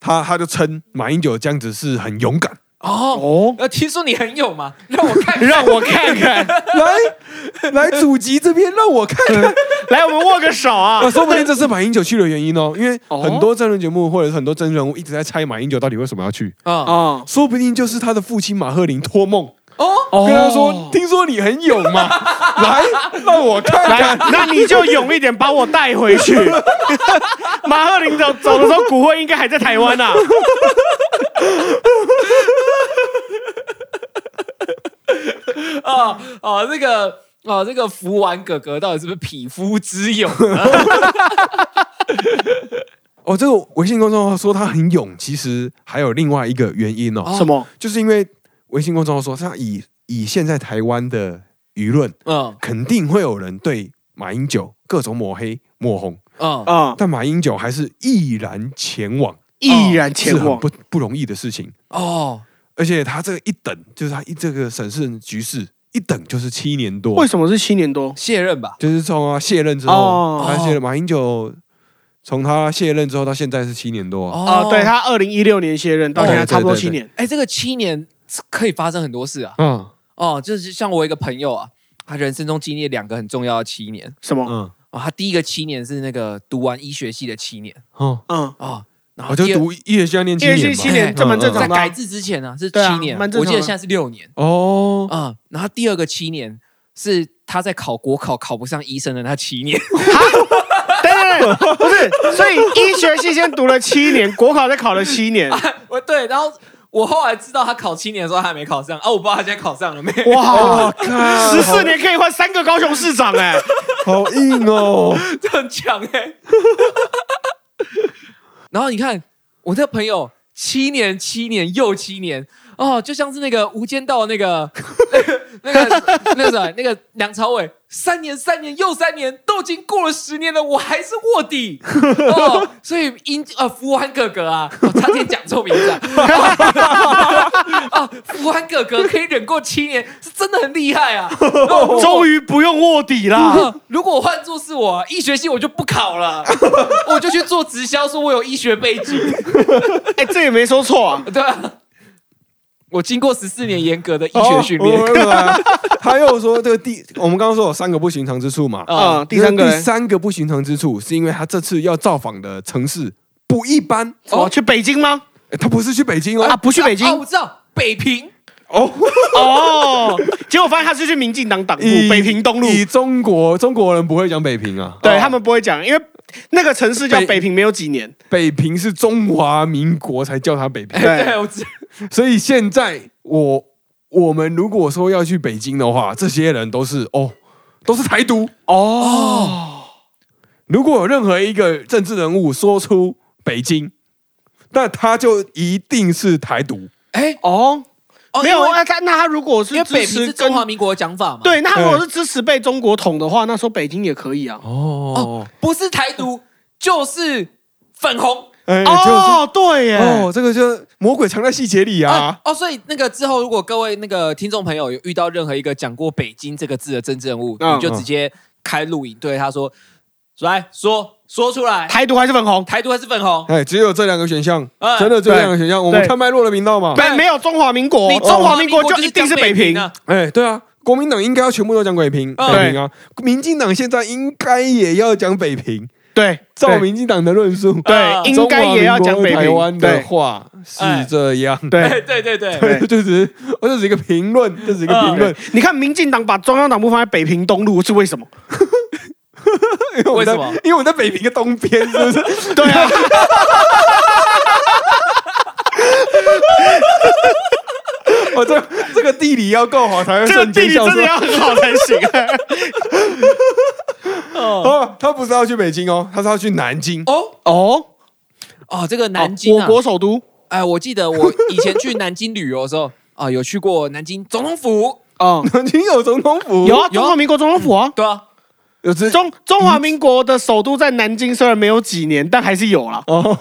A: 他他就称马英九这样子是很勇 敢，
B: 哦。
C: 哦，
B: 呃，听说你很有 嘛？让我看看。
C: 让我看看，
A: 来来祖籍这边让我看看，
C: 来，我们握个手啊
A: 那！说不定这是马英九去的原因哦，因为很多真人节目或者是很多真人物一直在猜马英九到底为什么要去，
B: 啊
C: 哦
A: 说不定就是他的父亲马赫林托梦
B: 哦，
C: 哦
A: 跟他说：“听说你很勇 嘛，来让我看
C: 来
A: 看。，
C: 那你就勇一点，把我带回去。 马赫林走走的时候，骨灰应该还在台湾啊。
B: 哦哦，这个哦，这个福丸哥哥到底是不是匹夫之勇呢？”
A: 哦，这个微信公众号说他很勇，其实还有另外一个原因哦，
C: 什么？
A: 就是因为微信公众号说他以以现在台湾的舆论，
B: 嗯
A: 肯定会有人对马英九各种抹黑抹红，
B: 嗯
C: 啊，
A: 但马英九还是毅然前往，
C: 哦毅
A: 是
C: 然前
A: 很
C: 往。
A: 不不容易的事情。
B: 哦，
A: 而且他这个一等，就是他一这个审视局势一等就是七年多，
C: 为什么是七年多？
B: 卸任吧。
A: 就是从他卸任之后，
C: 哦
A: 他卸任马英九从他卸任之后到现在是七年
B: 哦
A: 多啊，
C: 啊，对，他二零一六年卸任到现在
A: 哦对
C: 差不多
A: 对对
C: 七年。
B: 哎，这个七年可以发生很多事啊。
A: 嗯
B: 哦，就是像我一个朋友啊，他人生中经历了两个很重要的七年
C: 什么？
A: 嗯
B: 啊、哦。他第一个七年是那个读完医学系的七年
A: 哦，
C: 嗯，
B: 啊、哦，然后
A: 我就
B: 第二
A: 读一学期要念七
C: 因为
A: 年
C: 是
A: 吧，
C: 七年，这蛮正
B: 在
C: 常的
B: 改
C: 啊。
B: 制之前呢、是七
C: 对啊
B: 年，
C: 蛮正
B: 我
C: 常
B: 记
C: 的
B: 得现在是六年
A: 哦，
B: 啊、嗯然后第二个七年是他在考国考考不上医生的那七年，
C: 对对对，不是，所以医学系先读了七年，国考再考了七年。
B: 我对，然后我后来知道他考七年的时候他还没考上啊，我不知道他现在考上了没。
C: 哇
A: 我，靠，
C: 十四年可以换三个高雄市长哎、
A: 好硬哦，
B: 这很强哎、 然后你看我这朋友七年七年又七年哦，就像是那个《无间道》那个那个那个什么那个梁朝伟，三年三年又三年，都已经过了十年了，我还是卧底哦。所以英呃福安哥哥啊，我差点讲错名字啊。 啊，福安哥哥可以忍过七年，是真的很厉害 啊。然后我
C: 终于不用卧底啦。
B: 啊 如果换做是我，医学系我就不考 了，我就去做直销，说我有医学背景，
C: 哎、这也没说错啊。
B: 对吧？我经过十四年严格的医学训
A: 哦我
B: 练
A: 明白他又说这个 第，我们刚刚说有三个不寻常之处嘛，
B: 啊，
C: 嗯，第三个
A: 第
C: 人
A: 三个不寻常之处是因为他这次要造访的城市不一般，
C: 哦，去北京吗？
A: 诶他不是去北京
C: 啊，
A: 哦，
C: 不去北京
B: 啊，我知道北平
A: 哦，
C: 哦。结果发现他是去民进党党部
A: 以
C: 北平东路，
A: 以中国中国人不会讲北平啊，
C: 对他们不会讲，因为那个城市叫
A: 北
C: 北平，没有几年。
A: 北平是中华民国才叫它北平，
C: 对
B: 对，我知
A: 所以现在我我们如果说要去北京的话，这些人都是哦，都是台独。
C: 哦，
A: 如果有任何一个政治人物说出北京，那他就一定是台独。
B: 哎
C: 哦，
B: 哦
C: 没有
B: 因为
C: 啊。他那他如果是
B: 因为
C: 支
B: 北平
C: 持
B: 是中
C: 跟
B: 华民国的讲法嘛，，
C: 对，那他如果
A: 嗯
C: 是支持被中国统的话，那说北京也可以啊。
A: 哦，
B: 不是台独就是粉红
A: 哎、就是
C: 哦，对耶，
A: 哦，这个就是魔鬼藏在细节里啊
B: 啊。哦，所以那个之后，如果各位那个听众朋友有遇到任何一个讲过“北京”这个字的政治人物，
C: 嗯
B: 你就直接开录影对他说：“来说说出来，
C: 台独还是粉红？
B: 台独还是粉红？
A: 哎，只有这两个选项，
B: 哎
A: 真的只有这两个选项。我们
C: 对
A: 看脉络的频道嘛。
C: 对，没有中华民国，
B: 哎你
C: 中华哦民
B: 国
C: 国就一定
B: 是
C: 是北平。
B: 啊！
A: 哎，对啊，国民党应该要全部都讲北平，
B: 嗯
A: 北平啊。民进党现在应该也要讲北平。
C: 对，
A: 照
C: 对
A: 民进党的论述，
B: 啊
C: 对，应该也要讲北
A: 中华民国台湾
C: 平。
A: 的
C: 对
A: 话是
B: 哎
A: 这样。
B: 哎
C: 对
B: 对对对，
A: 对，就只是 我就只是一个评论，这只是一个评论
C: 对，，你看民进党把中央党部放在北平东路是为什么？哎
A: 因为我们在
B: 为什么
A: 因为我们在北平的东边，是不是？
C: 对啊，
A: 我这这个地理要够好才会
C: 这个
A: 瞬
C: 地
A: 间
C: 理
A: 笑
C: 真
A: 出
C: 的
A: 来。
C: 要很好才 行。
B: 哦
A: 哦，他不是要去北京哦，他是要去南京。
B: 哦
C: 哦，
B: 哦，这个南京
C: 我
B: 啊，
C: 国首都。
B: 哎，我记得我以前去南京旅游的时候 啊，有去过南京总统府，
C: 哦，
A: 南京有总统府，
C: 有啊，
B: 有啊
C: 中华民国总统府啊。
B: 对啊，
A: 有只
C: 中中华民国的首都在南京，虽然没有几年，但还是有啦。
A: 哦，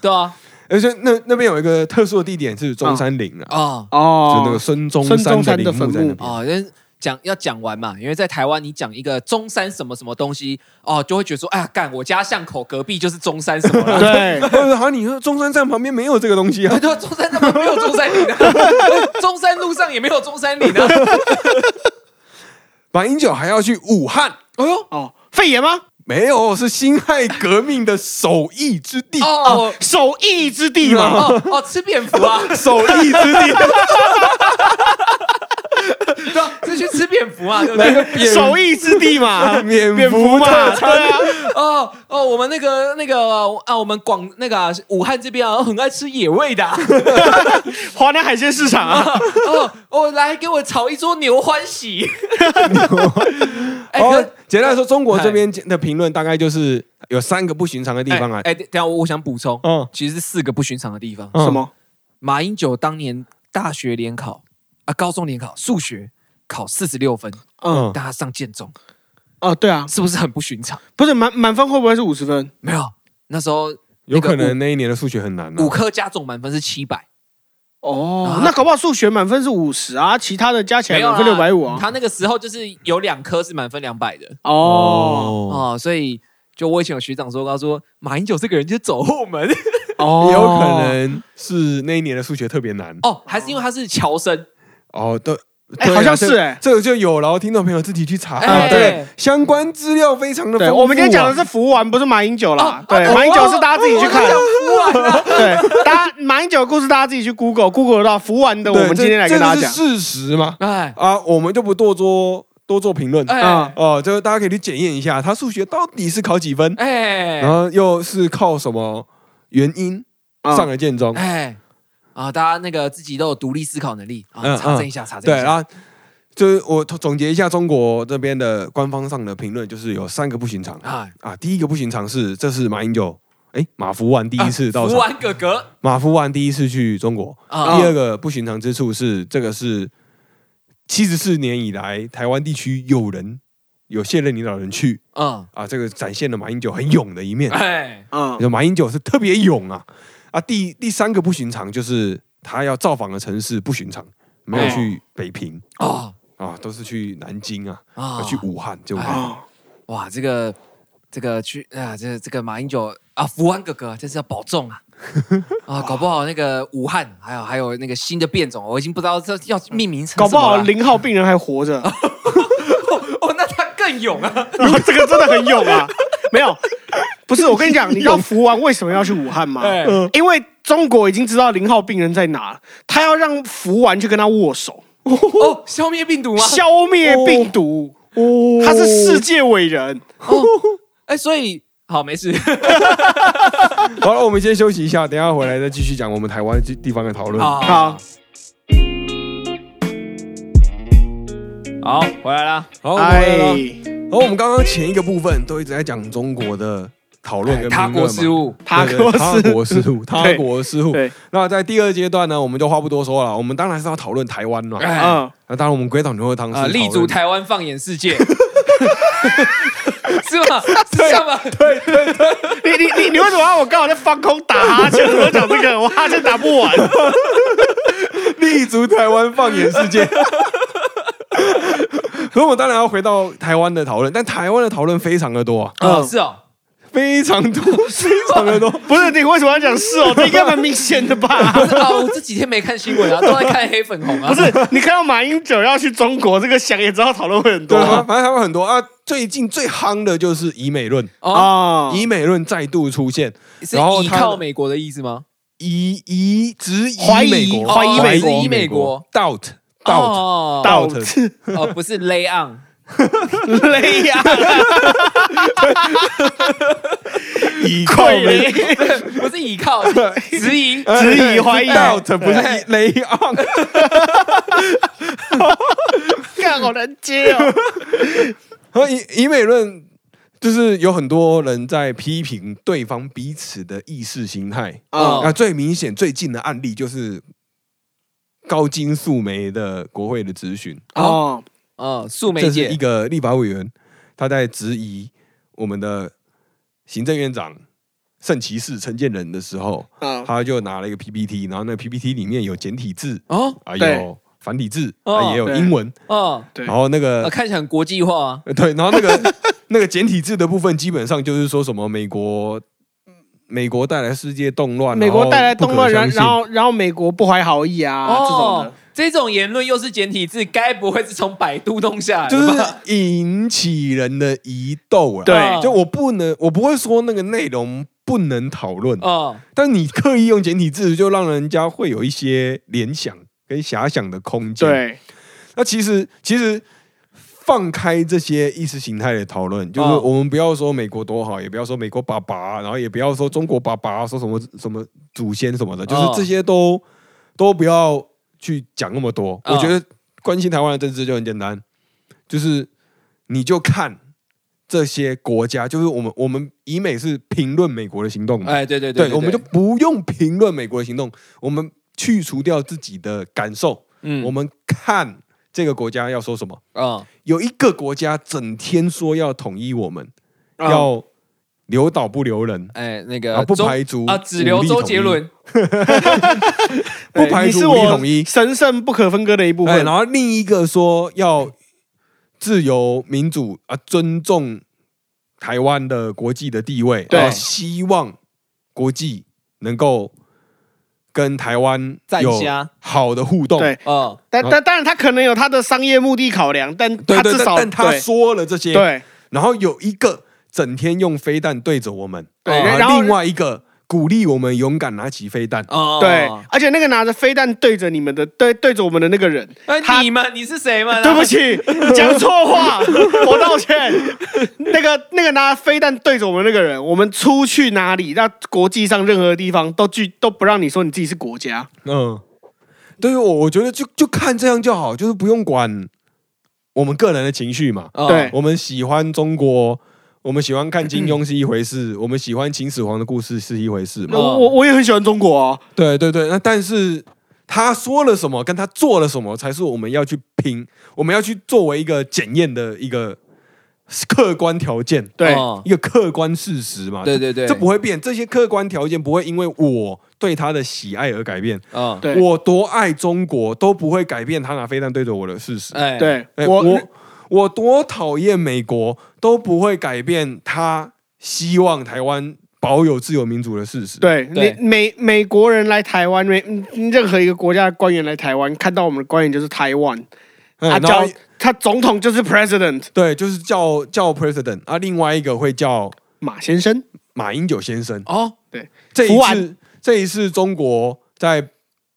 B: 对啊，
A: 而且那那边有一个特殊的地点是中山陵啊，
B: 啊
A: 就
C: 哦
A: 那个孙中
C: 孙中
A: 山
C: 山
A: 的
C: 的
A: 陵墓在
C: 坟
A: 那
C: 墓
A: 边。
B: 哦，但是讲要讲完嘛，因为在台湾你讲一个中山什么什么东西哦，就会觉得说，哎呀，干我家巷口隔壁就是中山什么了。
C: 对，
A: 或者好，你说中山站旁边没有这个东西啊
B: 对？对啊，中山怎么没有中山陵呢？啊 中山路上也没有中山陵呢。啊
A: 马英九还要去武汉，
B: 哎呦，
C: 哦，肺炎吗？
A: 没有，是辛亥革命的首义之地，
B: 哦
C: 首义之地嘛，
B: 哦哦，吃蝙蝠啊，
A: 首义之地，
B: 对啊，是去吃 蝙蝠啊，对不
A: 那
B: 对？
A: 个蝙
C: 首义之地嘛，
A: 蝙
C: 蝙
A: 蝠
C: 蝠嘛，
A: 特
C: 对啊，
B: 哦哦，我们那个那个啊，我们广那个、啊、武汉这边啊，很爱吃野味的、 啊。
C: 华南海鲜市场啊，
B: 哦哦，来给我炒一桌牛欢 喜。哎
A: 哦
B: 可，
A: 简单来说，中国这边的评论大概就是有三个不寻常的地方啊
B: 哎、。哎等一下我想补充，
C: 哦
A: 嗯，
B: 其实是四个不寻常的地方。
A: 嗯
C: 什？么？
B: 马英九当年大学联考啊，高中联考数学考四十六分，
A: 嗯，
B: 但他上建中，
C: 哦，对啊，
B: 是不是很不寻常？
C: 不是满满分会不会是五十分？
B: 没有，那时候
A: 有
B: 那个
A: 可能那一年的数学很难啊
B: 五五科加总满分是七百，
C: 哦
B: 啊，
C: 那搞不好数学满分是五十啊，其他的加起来
B: 没有
C: 满
B: 啦
C: 分六百五啊。
B: 他那个时候就是有两科是满分两百的
C: 哦
B: 哦，所以就我以前有学长说，他说马英九这个人就是走后门
C: 哦
A: 也有可能是那一年的数学特别难
B: 哦，还是因为他是侨生，
A: 哦，对，
C: 哎
A: 对啊
C: 好像是
A: 这
C: 哎
A: 这个就有劳听众朋友自己去查
B: 哎，
A: 对，相关资料非常的丰
C: 对，
A: 富啊。
C: 我们今天讲的是服玩，不是马英九啦
B: 哦。
C: 对，
B: 哦
C: 马英九是大家自己去看。
A: 哦
B: 哇，
C: 对，大家马英九的故事大家自己去 Google，Google 得到服玩的，
A: 对，
C: 我们今天来
A: 这
C: 跟大家
A: 这
C: 讲
A: 是。事实嘛？
B: 哎
A: 啊，我们就不多做多做评论
B: 哎
C: 嗯
A: 哦，就是大家可以去检验一下，他数学到底是考几分，然
B: 哎
A: 后又是靠什么原因
C: 嗯
A: 上了建中？
B: 啊哎啊！大家那个自己都有独立思考能力啊，
A: 嗯
B: 查证一下，查证
A: 对，
B: 一
A: 然
B: 下。
A: 后就是我总结一下中国这边的官方上的评论，就是有三个不寻常
B: 哎
A: 啊。第一个不寻常是，这是马英九，哎，马福万第一次到
B: 啊福
A: 场，
B: 丸哥哥
A: 马福万第一次去中国。
B: 啊
A: 第二个不寻常之处是，这个是七十四年以来台湾地区有人有现任领导人去
B: 嗯
A: 啊，这个展现了马英九很勇的一面。
B: 哎
C: 嗯，
A: 就马英九是特别勇啊啊！第第三个不寻常就是他要造访的城市不寻常，没有去北平。
B: 哦
A: 啊，都是去南京啊，
B: 啊
A: 啊去武汉，就武汉
C: 哦
B: 哇，这个这个去啊，这这个马英九啊，福安哥哥，真是要保重啊！啊，搞不好那个武汉，还有还有那个新的变种，我已经不知道这要命名成
C: 搞
B: 什
C: 不好
A: 啊
B: 么了。
C: 零号病人还 活着，
B: 哦，那他更勇啊！
C: 这个真的很勇啊。没有，不是我跟 你讲，你知道服玩为什么要去武汉吗？
B: 哎
C: 因为中国已经知道零号病人在哪了，他要让服玩去跟他握手，
B: 哦，消灭病毒吗？
C: 消灭病毒。
A: 哦
C: 他是世界伟人，
B: 哦，哎，所以好没事。
A: 好了，我们先休息一下，等一下回来再继续讲我们台湾地地方的讨论。
B: 好
C: 好，
B: 好，回来啦。
A: 好，哦我们回来了
C: 哎，
A: 好，我们刚刚前一个部分都一直在讲中国的讨论跟
B: 哎他
A: 评论
B: 国
A: 嘛
B: 事务，
C: 他
A: 对
C: 国
A: 对他
C: 事
A: 国事 务，他国事务。
C: 对，
A: 那在第二阶段呢，我们就话不多说了，我们当然是要讨论台湾了。
B: 哎
C: 嗯，
A: 那当然，我们鬼岛牛肉汤
B: 啊，
A: 是讨
B: 立
A: 论
B: 足台湾，放眼世界，是吗？是这样吗？
C: 你你你你为什么要我刚好在放空打哈欠？我讲这个，我哈欠打不完。
A: 立足台湾，放眼世界。 所以，我们当然要回到台湾的讨论，但台湾的讨论非常的多啊，
B: 哦，
C: 嗯
B: 是哦，
A: 非常多，非常的多。
C: 不是你为什么要讲是 哦？这应该蛮明显的吧？
B: 不是啊，我这几天没看新闻啊，都在看黑粉红啊。
C: 不是，你看到马英九要去中国，这个想也知道讨论会很多
A: 对，反反正台湾很多啊。最近最夯的就是以美论，
B: 哦，
C: 啊。
A: 以美论再度出现，
B: 是
A: 然后
B: 依
A: 他
B: 靠美国的意思吗？
A: 以以质
C: 怀
A: 疑
C: 疑
A: 美国，
C: 怀疑美国
A: 怀
B: 疑美国
A: ，doubt
B: 哦
A: doubt
C: 倒
A: doubt，
C: 刺
B: 哦，不是 lay on，
C: 累呀，
A: 以
C: 溃嘞，
B: 不是 依靠，是质疑。
C: 质疑怀疑哎
A: doubt 不是雷昂。
C: 干好难 接哦。
A: 然后以以美论就是有很多人在批评对方彼此的意识形态
C: 啊
B: 哦
A: 那啊最明显最近的案例就是高金素梅的国会的质询，
C: 哦，
B: 哦，素梅
A: 这是一
B: 姐，
A: 个立法委员他在质疑我们的行政院长圣骑士陈建仁的时候，
C: 嗯
A: 他就拿了一个 PPT，然后那个 PPT 里面有简体字，
B: 哦
A: 啊
C: 对
A: 有繁体字，
B: 哦
A: 啊也有
C: 对
A: 英文，
B: 哦，
C: 对
A: 然后那个
B: 呃看起来很国际化啊。
A: 呃对，然后那个那个简体字的部分，基本上就是说什么美国，美国带来世界动乱，
C: 美国带来动乱，然
A: 然
C: 然后然后美国不怀好意啊，这种
B: 哦
C: 的，
B: 这种言论又是简体字，该不会是从百度弄下来的
A: 就
B: 吧？
A: 是引起人的疑窦啊。
C: 对
B: 哦嗯
A: 就我不能，我不会说那个内容不能讨论，
B: 哦，
A: 但你刻意用简体字，就让人家会有一些联想跟遐想的空间。，
C: 对，
A: 那其实其实放开这些意识形态的讨论，就是
B: 哦
A: 我们不要说美国多好，也不要说美国爸爸，然后也不要说中国爸爸，说什么什么祖先什么的，就是
B: 哦
A: 这些都都不要去讲那么多。
B: 哦
A: 我觉得关心台湾的政治就很简单，就是你就看这些国家，就是我们我们以美是评论美国的行动嘛，
B: 哎，对对
A: 对
B: 对，
A: 我们就不用评论美国的行动，我们去除掉自己的感受。
B: 嗯
A: 我们看这个国家要说什么。
B: 嗯
A: 有一个国家整天说要统一我们，
C: 嗯
A: 要留岛不留人，
B: 哎那
A: 啊，
B: 个
A: 不
B: 周
A: 排除
B: 啊，只留周杰
A: 武力
B: 伦
A: 统一，不排
C: 哎你是
A: 除武力
C: 我
A: 统一。
C: 神圣不可分割的一部
A: 哎，
C: 分
A: 然。后另一个说要自由民主啊，尊重台湾的国际的地位，
C: 对
A: 然后希望国际能够跟台湾
B: 赞
A: 有
B: 虾
A: 好的互动。
C: 对，
B: 哦，
C: 但但当然，他可能有他的商业目的考量，但
A: 对
C: 他
A: 对
C: 至
A: 对，
C: 少
A: 但他
C: 对
A: 说了这些，
C: 对
A: 然后有一个整天用飞弹对着我们，啊
C: 对，
B: 哦
C: 然后
A: 另外一个鼓励我们勇敢拿起飞弹。
B: 哦，
C: 对，而且那个拿着飞弹对着你们的，对对着我们的那个人，
B: 哎，
C: 他
B: 你们你是谁嘛？
C: 对不，起，讲错话，我道歉。那个那个拿飞弹对着我们那个人，我们出去哪里，那国际上任何地方都拒都不让你说你自己是国家。
A: 嗯，对于我我觉得就就看这样就好，就是不用管我们个人的情绪嘛。
B: 哦
C: 对
A: 我们喜欢中国，我们喜欢看金庸是一回 事，我们喜欢秦始皇的故事是一回事嘛。
B: 哦
C: 我我我也很喜欢中国啊，
A: 对对对，那但是他说了什么，跟他做了什么，才是我们要去拼，我们要去作为一个检验的一个客观条件。
C: 对，
B: 哦
A: 一个客观事实嘛。
B: 对对对
A: 这不会变，这些客观条件不会因为我对他的喜爱而改变。
B: 哦，
C: 对
A: 我多爱中国都不会改变他拿飞弹对着我的事实。
B: 哎，
C: 对
A: 哎
C: 我
A: 我我多讨厌美国都不会改变他希望台湾保有自由民主的事实。
C: 对
B: 对
C: 美美美国人来台湾，美嗯任何一个国家的官员来台湾，看到我们的官员就是台湾，
A: 嗯，
C: 他
A: 然
C: 叫
A: 后
C: 他总统就是 President
A: 对，就是叫叫 president 啊，另外一个会叫
C: 马先生。
A: 马英九先生。
B: 哦，
A: 这
C: 福
A: 一次
C: 安，
A: 这一次中国在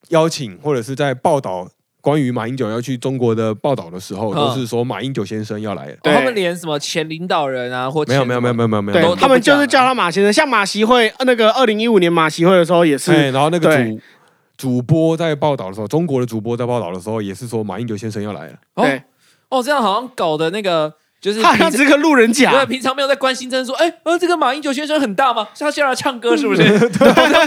A: 邀请或者是在报道关于马英九要去中国的报道的时候，
B: 嗯
A: 都是说马英九先生要来了。
C: 对
B: 哦他们连什么前领导人啊，或
A: 没有没有没有没
B: 有，
A: 有没有没
C: 对
A: 有。
C: 他们就是叫他马先生，像马习会呃那个二零一五年马习会的时候也是，
A: 哎，然后那个
C: 对
A: 主主播在报道的时候，中国的主播在报道的时候，也是说马英九先生要来了。
B: 哦
C: 对，
B: 哦，这样好像搞的那个 就是
C: 他好像
B: 平
C: 是个路人甲，
B: 对，平常没有在关心，真的说，哎，呃，这个马英九先生很大吗？是他现在来唱歌是不
C: 嗯
B: 是？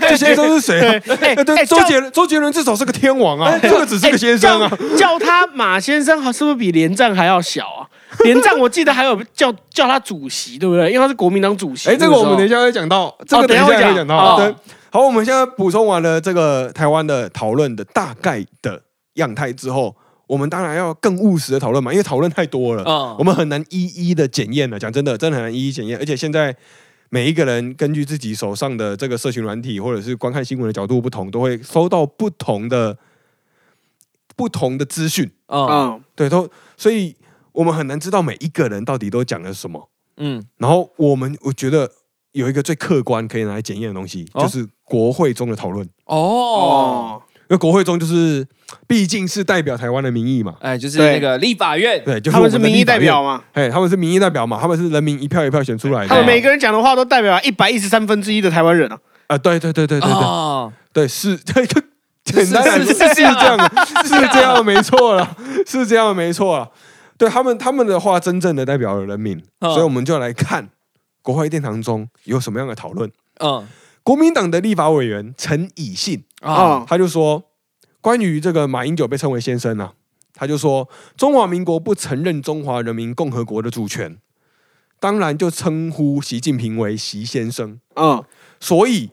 A: 这些都是谁啊？
C: 哎
A: 哎对，
C: 哎
A: 周
C: 叫
A: 杰伦周杰伦至少是个天王啊， 这个只是个先生啊。
C: 哎叫叫他马先生，是不是比连战还要 小啊？连战我记得还有叫叫他主席，对不对？因为他是国民党主席。
A: 哎，这个我们等一
C: 下
A: 下会讲到，这个
C: 等一下
A: 一下
C: 会
A: 会
C: 讲
A: 讲到。
B: 哦
A: 对，好，我们现在补充完了这个台湾的讨论的大概的样态之后，我们当然要更务实的讨论嘛，因为讨论太多
C: 哦
A: 了，
B: 嗯
A: 我们很难一一的检验了。啊讲真的，真的很难一一检验，而且现在。每一个人根据自己手上的这个社群软体，或者是观看新闻的角度不同，都会收到不同的不同的资讯。
B: 哦，
C: 嗯，
A: 对，都所以我们很难知道每一个人到底都讲了什么。
B: 嗯，
A: 然后我们我觉得有一个最客观可以拿来检验的东西，
B: 哦
A: 就是国会中的讨论。
B: 哦，
C: 哦，
A: 因为国会中就是毕竟是代表台湾的民意嘛，
B: 哎，就是
C: 对
B: 那个立法院，
A: 对，就是
C: 他
A: 我们
C: 们是
A: 的
C: 民意
A: 立法
C: 代
A: 院
C: 表，嘛，
A: 哎，他们是民意代表嘛，他们是人民一票一票选出来的嘛，
C: 他们每
A: 每
C: 个人讲的话都代表一百一十三分之一的台湾人啊。
A: 啊，对对对对对对
B: 哦，
A: 对，是 对，就简单来说是
B: 是是是
A: 这
B: 这样
A: 样，是这样，没错了，是这样，没错了。对他们，他们的话真正的代表了人民，
C: 哦
B: 嗯
A: 所以我们就来看国会殿堂中有什么样的讨论。
B: 嗯，
A: 国民党的立法委员陈以信。
C: 哦
B: 啊，
A: 他就说，关于这个马英九被称为先生啊，他就说，中华民国不承认中华人民共和国的主权，当然就称呼习近平为习先生，
C: 嗯，
A: 所以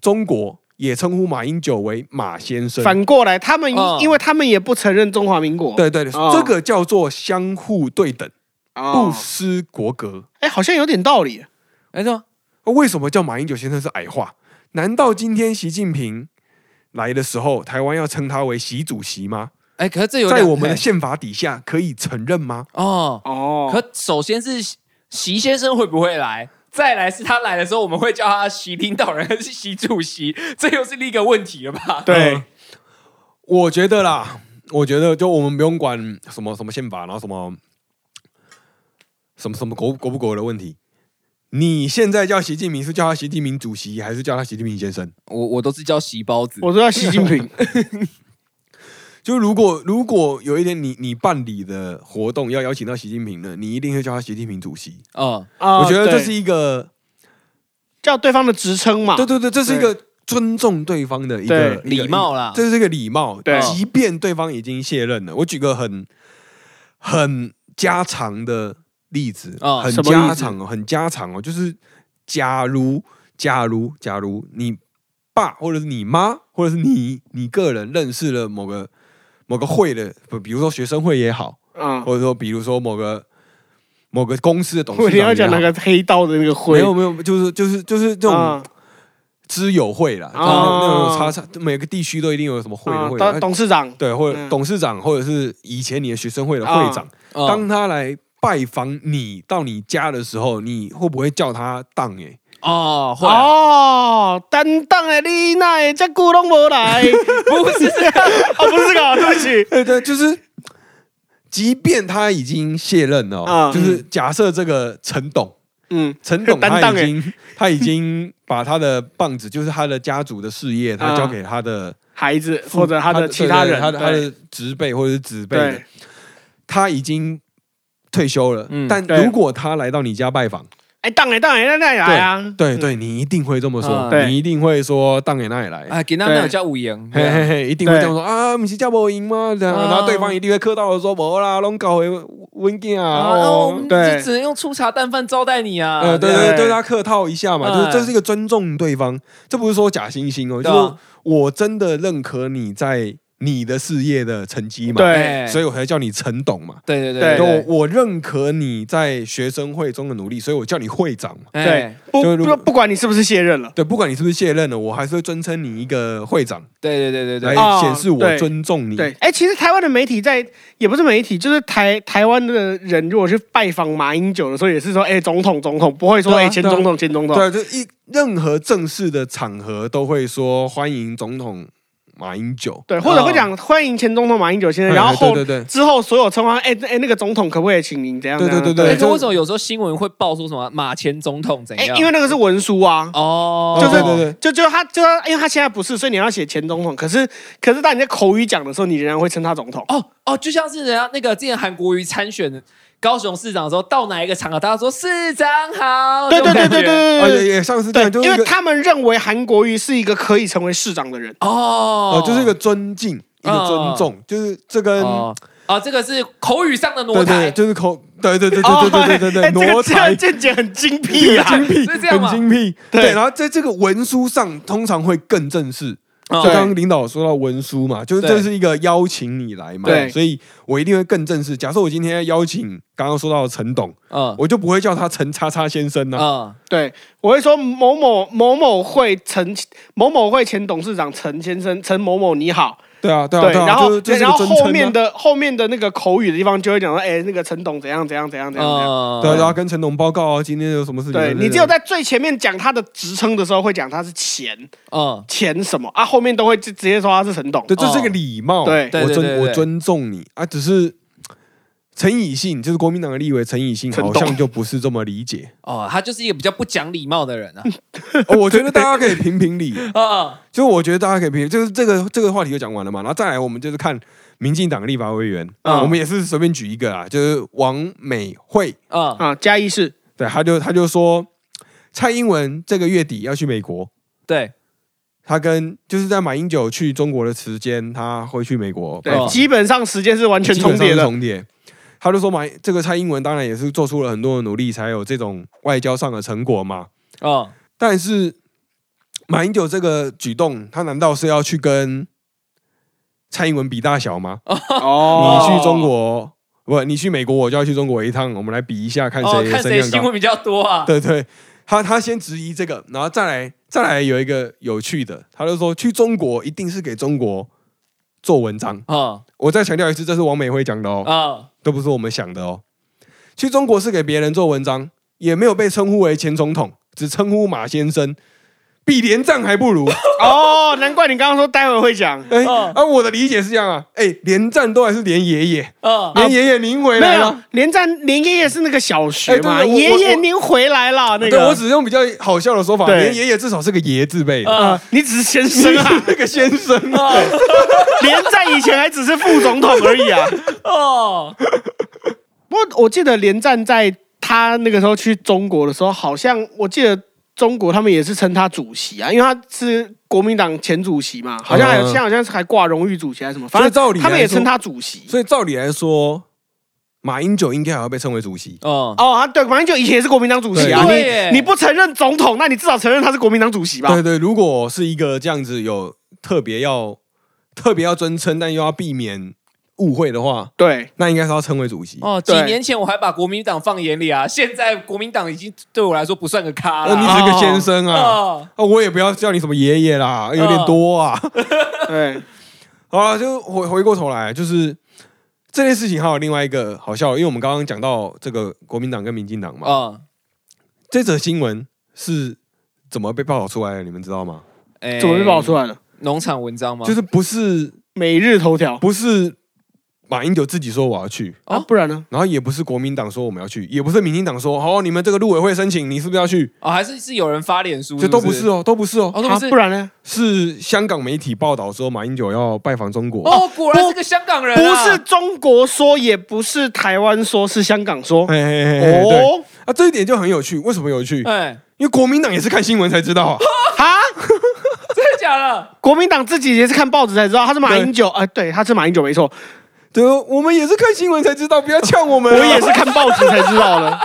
A: 中国也称呼马英九为马先生。
C: 反过来，他们
B: 哦
C: 因为他们也不承认中华民国，
A: 嗯对对对，
C: 哦
A: 这个叫做相互对等，不
C: 哦，
A: 失国格。啊
C: 哎，好像有点道理。
B: 没错，
A: 为什么叫马英九先生是矮化？难道今天习近平来的时候，台湾要称他为习主席吗？
B: 哎，可是这有
A: 在
B: 两
A: 我们的
B: 嘿
A: 宪法底下可以承认吗？
B: 哦，
C: 哦，
B: 可首先是习习先生会不会来？再来是他来的时候，我们会叫他习领导人还是习主席？这又是另一个问题了吧？
C: 对
A: 嗯我觉得啦，我觉得就我们不用管什么什么宪法，然后什么什么什么国国不国的问题。你现在叫习近平是叫他习近平主席，还是叫他习近平先生？
B: 我我都是叫习包子，
C: 我都要习近平，
A: 就如果如果有一天你你办理的活动要邀请到习近平了，你一定会叫他习近平主席。
B: 嗯，
C: 啊
A: 我觉得这
C: 对
A: 是一个，
C: 叫对方的职称嘛，
A: 对对对，这是一个尊重对方的一个
C: 对
A: 一个
B: 礼貌啦，
A: 这是一个礼貌。
C: 对
A: 即便对方已经卸任了，我举个很很家常的例子，
B: 哦
A: 很
C: 什么例子
A: 家常哦，很家常哦，就是假如假如假如你爸或者是你妈或者是你你个人认识了某个某个会的，不比如说学生会也好，
C: 嗯，
A: 或者说比如说某个某个公司的董事
C: 我
A: 长
C: 你
A: 也好，
C: 要讲那个黑道的那个
A: 没
C: 灰，
A: 有没有，就是就是就是这种
C: 啊
A: 知友会啦，就是那种那种叉叉，每个地区都一定有什么会的
C: 啊
A: 会的，
C: 董董事长，
A: 对，或者
C: 嗯
A: 董事长，或者是以前你的学生会的会长，
B: 嗯
A: 当他来拜访你到你家的时候，你会不会叫他当、欸？
B: 哦会啊
C: 哦，担当的你那会这久拢 无来，
B: 不是这样
C: 哦，不是这个， 对不起，
A: 哎，对，就是，即便他已经卸任了哦、
C: 啊
A: 就是假设这个陈 董，
C: 嗯，
A: 陈董
C: 担
A: 他
C: 当
A: 已
C: 欸
A: 经、 他已经把他的棒子，就是他的家族的事业，他
C: 啊
A: 交给他的
C: 孩子或者他的其他
A: 对对
C: 人，
A: 他的他
C: 对
A: 的侄辈或者是子辈的
C: 对，，
A: 他已经退休了。
B: 嗯
A: 但
C: 对
A: 如果他来到你家拜访，
C: 哎，当然当然，那那来啊，
A: 对对，你一定会这么说，
C: 嗯
A: 你一定会说当给那里来。
B: 啊，给那那叫五啊营，
A: 嘿嘿嘿，一定会
C: 对
A: 这样说啊！不是叫我赢吗？这样
B: 啊
A: 然后对方一定会客套的说：“无啦，拢搞回温健啊。”
B: 哦，我
A: 哦，
B: 们
C: 对
B: 就只能用粗茶淡饭招待你啊。
A: 呃，对
C: 对
A: 对，对他客套一下嘛，就是
B: 嗯
A: 这是一个尊重对方，这不是说假惺惺哦，
B: 对
A: 就
B: 啊
A: 是我真的认可你在你的事业的成绩嘛，
C: 对
A: 所以我才叫你陈董嘛。
B: 哎对对
C: 对
A: 就我我认可你在学生会中的努力，所以我叫你会长嘛。
B: 哎
C: 对，
A: 就
C: 不
A: 如
C: 不不管你是不是卸任了，
A: 对，不管你是不是卸任了，我还是会尊称你一个会长，
B: 对对对对
A: 来
B: 对，
C: 哦
A: 显示我
C: 对
A: 尊重你。
C: 对，哎，其实台湾的媒体在也不是媒体，就是台台湾的人，如果去拜访马英九的时候，也是说，哎，总统总统，不会说，
A: 对啊
C: 哎，前总统前总统，
A: 对，就一任何正式的场合都会说欢迎总统马英九，
C: 对，或者会讲欢迎前总统马英九先生，然后
A: 啊哎
C: 后
A: 对对对
C: 之后所有称呼，哎哎，那个总统可不可以请您怎样？
A: 对对
C: 怎样
A: 对
B: 哎
A: 对
B: 可
A: 就
B: 为什么有时候新闻会爆出什么马前总统怎
C: 哎
B: 样？，
C: 因为那个是文书啊。
B: 哦，
C: 就
A: 对
C: 是
A: 对对，
C: 就就他就他，因为他现在不是，所以你要写前总统。可是可是，当你在口语讲的时候，你仍然会称他总统。
B: 哦哦，就像是人家那个之前韩国瑜参选高雄市长的时候，到哪一个场合，大家说市长好，
C: 对
B: 这
C: 对
B: 种
C: 对
B: 感觉
C: 对对对
A: 而
C: 对
A: 且哦也像是这
C: 对
A: 样，就
C: 嗯对，
A: 是
C: 因
A: 一个
C: 为他们认为韩国瑜是一个可以成为市长的人。
B: 哦
A: 哦，就是一个尊敬，一
C: 嗯
A: 个尊重，就是这跟
B: 哦哦，这个是口语上的挪
A: 对对，
B: 台，
A: 就是口，对对对对对对对对
C: 哎
A: 对，挪
C: 哎
A: 台
C: 这个这个见解很精辟啊！
A: 精辟，
B: 是这样
A: 很
B: 吗
A: 精辟。
C: 对
A: 对，然后在这个文书上，通常会更正式。
B: 哦
A: 就刚刚领导说到文书嘛，就是
B: 对
A: 这是一个邀请你来嘛，
C: 对
A: 所以我一定会更正式。假设我今天要邀请刚刚说到的陈董，
C: 啊
B: 嗯
A: 我就不会叫他陈叉叉先生啊呐、
B: 嗯
C: 对，我会说某某某某会陈某某会前董事长陈先生陈某某你好，
A: 对啊，对啊，
C: 对，
A: 对啊，
C: 然后
A: 就是这是
C: 然
A: 个
C: 后
A: 尊
C: 后
A: 称、
C: 面
A: 啊。
C: 的后面的那个口语的地方就会讲说，哎，那个陈董怎样怎样怎样怎样怎样。
B: 嗯，
A: 对啊，然后跟陈董报告啊，今天有什么事情？
C: 对你只有在最前面讲他的职称的时候会讲他是前
B: 嗯
C: 前什么啊，后面都会直直接说他是陈董。
A: 对，这是一个礼貌。
C: 哦对
B: 对
A: 我
B: 对对
A: 尊
B: 对
A: 我尊重你啊，只是陈以信就是国民党的立委陈以信，
C: 陈
A: 好
C: 董
A: 像就不是这么理解。
B: 哦，他就是一个比较不讲礼貌的人啊，
A: 哦我觉得大家可以评评 理，
B: 啊
A: 就是我觉得大家可以评，就是这个这个话题就讲完了嘛，然后再来我们就是看民进党立法委员，
C: 嗯
A: 我们也是随便举一个啊，就是王美惠，
B: 嗯
C: 啊，嘉义市
A: 对，他就他就说蔡英文这个月底要去美国，
B: 对，
A: 他跟就是在马英九去中国的时间，他会去美国，
C: 对
B: 哦，
C: 基本上时间是完全
A: 基本
C: 重
A: 上
C: 叠
A: 是
C: 的。
A: 重叠。他就说马这个蔡英文当然也是做出了很多的努力，才有这种外交上的成果嘛。
B: 嗯
A: 但是马英九这个举动，他难道是要去跟蔡英文比大小吗？
C: 哦
A: 你去中国，不，你去美国，我就要去中国一趟，我们来比一下，看
B: 哦，
A: 谁
B: 看
A: 声
B: 谁
A: 量
B: 新
A: 高。
B: 闻比较多啊，
A: 对对，他他先质疑这个，然后再来再来有一个有趣的，他就说去中国一定是给中国做文章。
B: 嗯
A: 我再强调一次，这是王美辉讲的
C: 啊
A: 哦，
B: 嗯，
A: 都不是我们想的哦。去中国是给别人做文章，也没有被称呼为前总统，只称呼马先生，比连战还 不如。
C: 哦，难怪你刚刚说待会会讲。
A: 哎、
B: 嗯
A: 啊，我的理解是这样啊，哎、连战都还是连爷爷，
B: 嗯
C: 啊
A: 连爷爷您回
C: 没
A: 来了
C: 有。，连战连爷爷是那个小学嘛，
A: 啊哎对对我
C: 爷爷
A: 我
C: 您回来了那个。
A: 对我只用比较好笑的说法，
C: 对
A: 连爷爷至少是个爷字辈的，
B: 嗯
C: 啊，你只是先生 啊，
A: 那个先生啊，
C: 连战以前还只是副总统而已啊。
B: 哦，
C: 不过我记得连战在他那个时候去中国的时候，好像我记得中国他们也是称他主席啊，因为他是国民党前主席嘛，好像还有
A: 嗯
C: 现在好像是还挂荣誉主席还是什么，反
A: 所以
C: 正
A: 照理来说
C: 他们也称他主席。
A: 所以照理来说，马英九应该还要被称为主席。
B: 嗯，
C: 哦，他对，反正就以前也是国民党主席啊，
B: 对对耶
C: 你你不承认总统，那你至少承认他是国民党主席吧？
A: 对对，如果是一个这样子有特别要特别要尊称，但又要避免误会的话，
C: 对，
A: 那应该是要称为主席。
B: 哦，几
C: 对
B: 年前我还把国民党放眼里啊，现在国民党已经对我来说不算个咖
A: 那
B: 了。
A: 呃哦你只是个先生啊，
B: 哦
A: 啊，我也不要叫你什么爷爷啦，有点多啊。
C: 对，
A: 好了，就回回过头来，就是这件事情还有另外一个好笑，因为我们刚刚讲到这个国民党跟民进党嘛，
B: 哦，
A: 这则新闻是怎么被报道出来的？你们知道吗？
B: 哎
C: 怎么被爆出来了？
B: 农场文章吗？
A: 就是不是
C: 每日头条
A: 不是马英九自己说我要去，
B: 哦
C: 啊，不然呢？
A: 然后也不是国民党说我们要去，也不是民进党说哦，你们这个陆委会申请，你是不是要去？
B: 哦，还是是有人发脸书，
A: 这都不
B: 是
A: 是，哦，都不是哦，
B: 哦，都
C: 啊
B: 不是
C: 不，然呢？
A: 是香港媒体报道说马英九要拜访中国。
B: 哦，果然是个香港人
C: 不
B: 啊，
C: 是中国说，也不是台湾说，是香港说。
A: 嘿嘿嘿嘿，哎对
C: 哦，
A: 啊，这一点就很有趣。为什么有趣？
B: 哎，
A: 因为国民党也是看新闻才知道啊。
C: 哈，
B: 真的假的？
C: 国民党自己也是看报纸才知道他是马英九，啊，对，他是马英九没错，
A: 对哦，我们也是看新闻才知道，不要呛我们
C: 我
A: 啊。
C: 也是看报纸才知道的。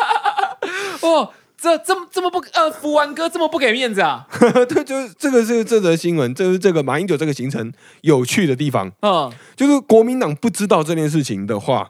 B: 哦，这这么这么不呃，福完哥这么不给面子啊？
A: 对，就是这个是这则新闻，这是这个马英九这个行程有趣的地方，
B: 嗯，
A: 就是国民党不知道这件事情的话，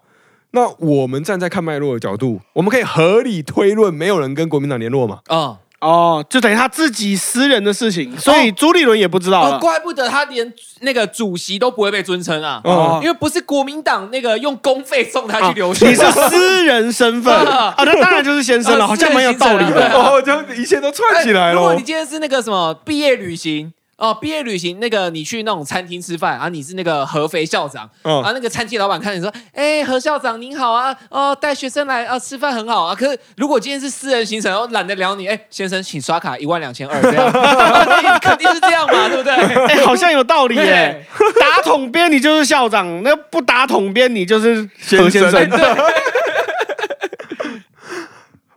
A: 那我们站在看脉络的角度，我们可以合理推论，没有人跟国民党联络 嘛？
B: 哦
C: 哦，就等于他自己私人的事情，所以朱立伦也不知道
B: 哦，
C: 了。
B: 怪不得他连那个主席都不会被尊称啊，
A: 哦
B: 因为不是国民党那个用公费送他
C: 啊
B: 去留学，
C: 你是私人身份
B: 啊
C: 啊，那当然就是先生了，
B: 啊
C: 好像蛮有道
B: 私
C: 理
B: 人行程
C: 的。
A: 哦，这样子一切都串起来
B: 哎如果
A: 了
B: 你。今天是那个什么毕业旅行哦，毕业旅行那个你去那种餐厅吃饭啊，你是那个合肥校长、
A: 嗯
B: 啊，那个餐厅老板看你说，哎，何校长您好啊，哦，带学生来啊吃饭很好啊。可是如果今天是私人行程，然后懒得聊你，哎，先生请刷卡一万两千二这 样，啊肯定是这样嘛，对不对？
C: 哎，好像有道理耶
B: 对。
C: 打统编你就是校长，那不打统编你就是何先
A: 先
B: 哎
C: 生。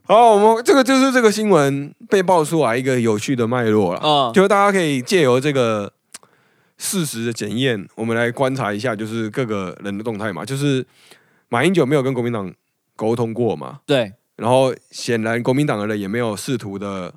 A: 好，我们这个就是这个新闻被爆出来一个有趣的脉络了，
B: 嗯
A: 就是大家可以借由这个事实的检验，我们来观察一下，就是各个人的动态嘛，就是马英九没有跟国民党沟通过嘛，
B: 对，
A: 然后显然国民党的人也没有试图的，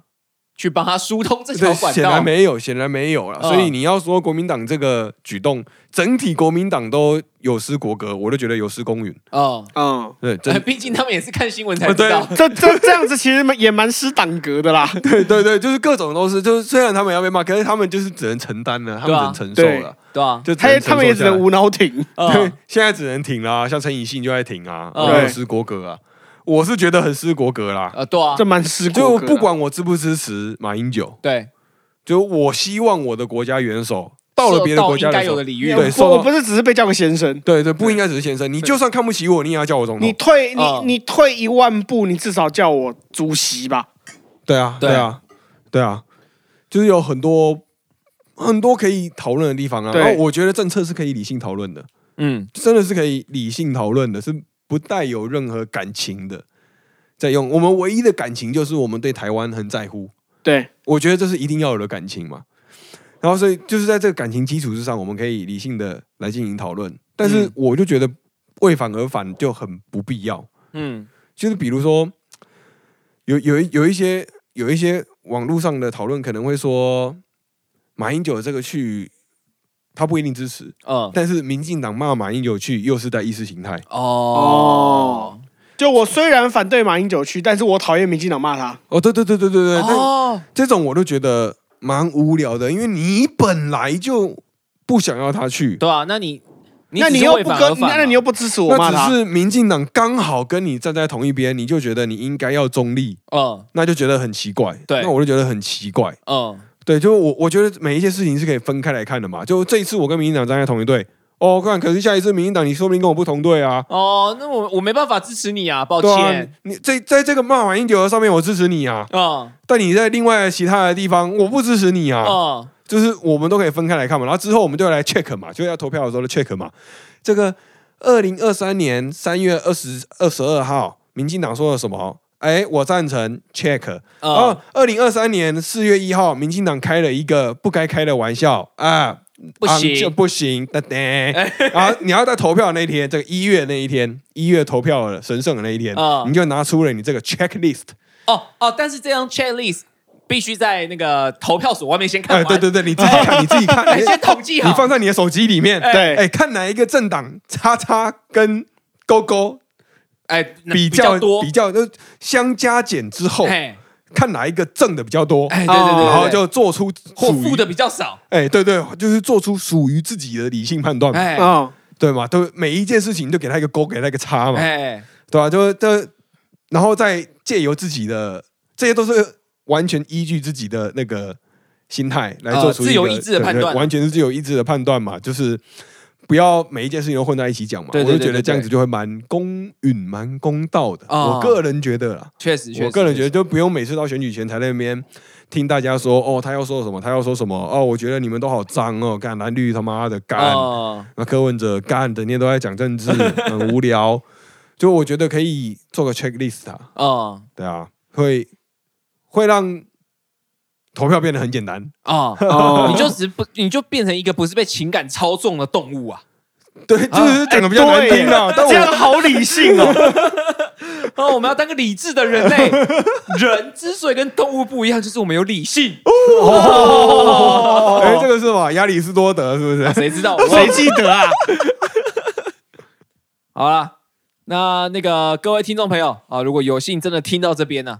B: 去帮他疏通这条
A: 对，
B: 管
A: 显
B: 道
A: 然。没有，显然没有了。
B: 嗯
A: 所以你要说国民党这个举动，整体国民党都有失国格，我都觉得有失公允。
B: 哦，
C: 嗯，
A: 对，真哦
B: 毕竟他们也是看新闻才知道。
C: 这这这样子其实蛮也蛮失党格 的啦。
A: 对对对，就是各种都是，就是虽然他们要被骂，可是他们就是只能承担了，他
B: 对
A: 们
B: 啊
A: 只能承受了，
B: 对啊，
A: 就只
C: 他
A: 能
C: 也
A: 承受
C: 他们也只
A: 下来
C: 能无脑挺。
A: 对
B: 嗯，
A: 现在只能挺啦，像陈以信就在挺啊，
B: 嗯
A: 很失国格啊，我是觉得很失国格啦。
B: 呃，对啊
C: 这，蛮失国
A: 就
C: 格的
A: 不管我支不支持马英九，
B: 对，
A: 就我希望我的国家元首到了别的国家
B: 受到应该
A: 元首
B: 有的礼遇，
A: 对
C: 我
A: 受到
C: 我不是只是被叫个先生，
A: 对对，不应该只是先生，你就算看不起我，你也要叫我总
C: 你
A: 统。啊
C: 退你
B: 嗯
C: 你退一万步，你至少叫我主席吧。
A: 对啊，
B: 对
A: 对啊，对啊，就是有很多很多可以讨论的地方啊。
C: 对
A: 然后我觉得政策是可以理性讨论的，
B: 嗯，
A: 真的是可以理性讨论的，是不带有任何感情的。在用我们唯一的感情就是我们对台湾很在乎，
C: 对，
A: 我觉得这是一定要有的感情嘛。然后所以就是在这个感情基础之上，我们可以理性的来进行讨论。但是
B: 嗯
A: 我就觉得为反而反就很不必要。
B: 嗯，
A: 就是比如说，有有一有一些有一些网络上的讨论可能会说，马英九这个去，他不一定支持，
B: 哦，
A: 但是民进党骂马英九去，又是在意识形态。
B: 哦，
C: 就我虽然反对马英九去，但是我讨厌民进党骂他。
A: 哦，对对对对对对，但
B: 哦，
A: 这种我都觉得蛮无聊的，因为你本来就。不想要他去，
B: 对啊，那你
C: 那
B: 只
C: 你
B: 是
C: 又
B: 为
C: 不
B: 反
C: 跟
B: 而，反
C: 那那你
B: 嘛
C: 又不支持我
A: 那
C: 骂
A: 只
C: 他，
A: 是民进党刚好跟你站在同一边，你就觉得你应该要中立，
B: 嗯
A: 那就觉得很奇怪。
B: 对
A: 那我就觉得很奇怪。
B: 嗯
A: 对，就我我觉得每一件事情是可以分开来看的嘛。就这一次我跟民进党站在同一队，哦，看，可是下一次民进党你说不定跟我不同队啊。
B: 哦，那我我没办法支持你啊，抱
A: 对啊
B: 歉，，
A: 你这在这个骂完英九的上面我支持你啊，
B: 嗯
A: 但你在另外其他的地方我不支持你啊。
B: 嗯
A: 就是我们都可以分开来看嘛。然后之后我们就来 check 嘛，就要投票的时候的 check 嘛。这个二零二三年三月二十二十二号，民进党说了什么？哎，我赞成 check。然后
B: 嗯，
A: 二零二三年四月一号，民进党开了一个不该开的玩笑啊，
B: 不
A: 啊就
B: 行，
A: 不行，哒 哒。然后你要在投票那一天，这个一月那一天，一月投票了神圣的那一天
B: 嗯，
A: 你就拿出了你这个 checklist。
B: 哦哦，但是这张 checklist 必须在那个投票所外面 先看
A: 哎，
B: 完，
A: 对对对，你 自己看，你自己看，
B: 你先统计好
A: 你放在你的手机里面，
B: 哎
C: 对
A: 哎、看哪一个政党叉叉跟勾勾
B: 哎，那
A: 比
B: 较
A: 较
B: 多
A: 比，较就相加减之后，
B: 嘿，
A: 看哪一个正的比较多，
B: 哎，对对
C: 哦
B: 对对，
A: 然后
B: 对
A: 就做出
B: 或
A: 属于
B: 负的，比较少，
A: 哎、对对，就是做出属于自己的理性判断嘛，
B: 哎
C: 嗯，
A: 对嘛？都每一件事情就给他一个勾，给他一个叉嘛，
B: 哎，
A: 对吧、就就然后再借由自己的，这些都是完全依据自己的那个心态来做
B: 呃
A: 出一个、
B: 自由意志的判
A: 对
B: 断
A: 对完全是自由意志的判断嘛，就是不要每一件事情都混在一起讲嘛。
B: 对对对
A: 我就觉
B: 对
A: 得
B: 对
A: 这样子就会蛮公允、蛮公道的。
B: 哦
A: 我个人觉得啦，
B: 确实，确实
A: 我个人觉得
B: 确实
A: 就不用每次到选举前才在那边。听大家说哦，他要说什么，他要说什么哦，我觉得你们都好脏哦，干蓝绿他妈的干，
B: 哦
A: 那柯文哲干，整天都在讲政 治，很无聊。就我觉得可以做个 checklist 啊，
B: 哦
A: 对啊，会会让投票变得很简单。
B: 哦，
C: 哦
B: 你就只不，你就变成一个不是被情感操纵的动物啊！哎
A: 对，就是讲的比较难听啊。但
C: 这
A: 我
C: 样好理 性哦。
B: 哦，我们要当个理智的人类。人之所以跟动物不一样，就是我们有理性。
A: 哦哎，这个是嘛？亚里士多德是不是？
B: 哦啊谁知道？我
C: 谁记得啊？
B: 好啦，那那个各位听众朋友啊，如果有幸真的听到这边呢、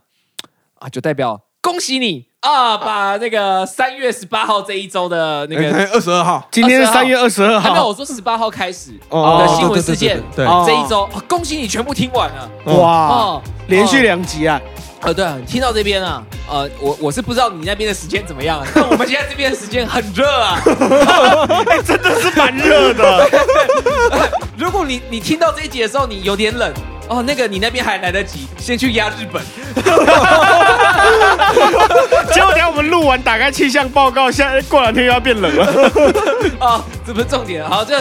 B: 啊，就代表恭喜你啊，把那个三月十八号这一周的
C: 哎
B: 那个。
A: 哎二十二号
C: 今天
B: 22
C: 是
B: 号
C: 三月二十二
B: 还没有，
C: 号，
B: 我说十八号开始
A: 哦
B: 的
C: 哦
B: 新闻
A: 对对
B: 事件，
A: 对对对
C: 对
B: 这一周、啊恭喜你全部听完了
C: 哇，
B: 哦，
C: 啊连续
B: 哦
C: 两集啊！
B: 呃，对啊，你听到这边啊，呃，我我是不知道你那边的时间怎么样啊，但我们现在这边的时间很热啊。
C: 哎，真的是蛮热的。
B: 如果你你听到这一集的时候，你有点冷哦，那个你那边还来得及，先去压日本。
C: 结果等下我们录完，打开气象报告，现在过两天又要变冷 了。
B: 啊，这不是重点。好，这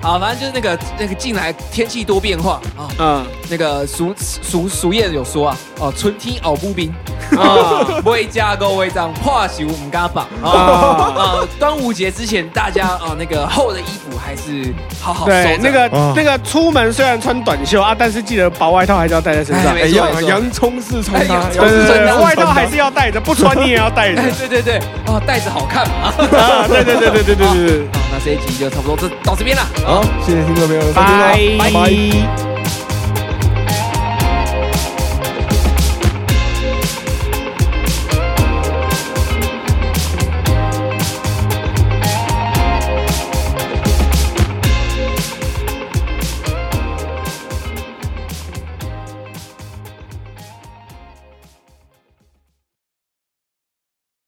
B: 啊，反正就是那个那个近来天气多变化啊。
C: 嗯，
B: 那个俗俗俗谚有说啊，哦、春天熬不冰啊， 不会加高微涨，化球唔敢绑啊。呃，端午节之前，大家啊、那个厚的衣服还是好好收
C: 对
B: 着。，
C: 那个
A: 哦
C: 那个出门虽然穿短袖啊，但是记得薄外套还是要带在身上
B: 哎。
A: 哎，
B: 没错
A: 洋
B: 没错
A: 洋葱式穿
B: 哎
A: 搭
B: 洋，葱
A: 洋葱
C: 对对
A: 式
C: 对
A: 穿搭
C: 对，外套还是要带着，不穿你也 要带着。
B: 哎， 对对对，哦、带着好看嘛。
C: 啊，对对对对对对对对。
B: 好，那这一集就差不多这到这边了。
A: 好，谢谢听众朋友的收听哦，拜。
C: 拜拜。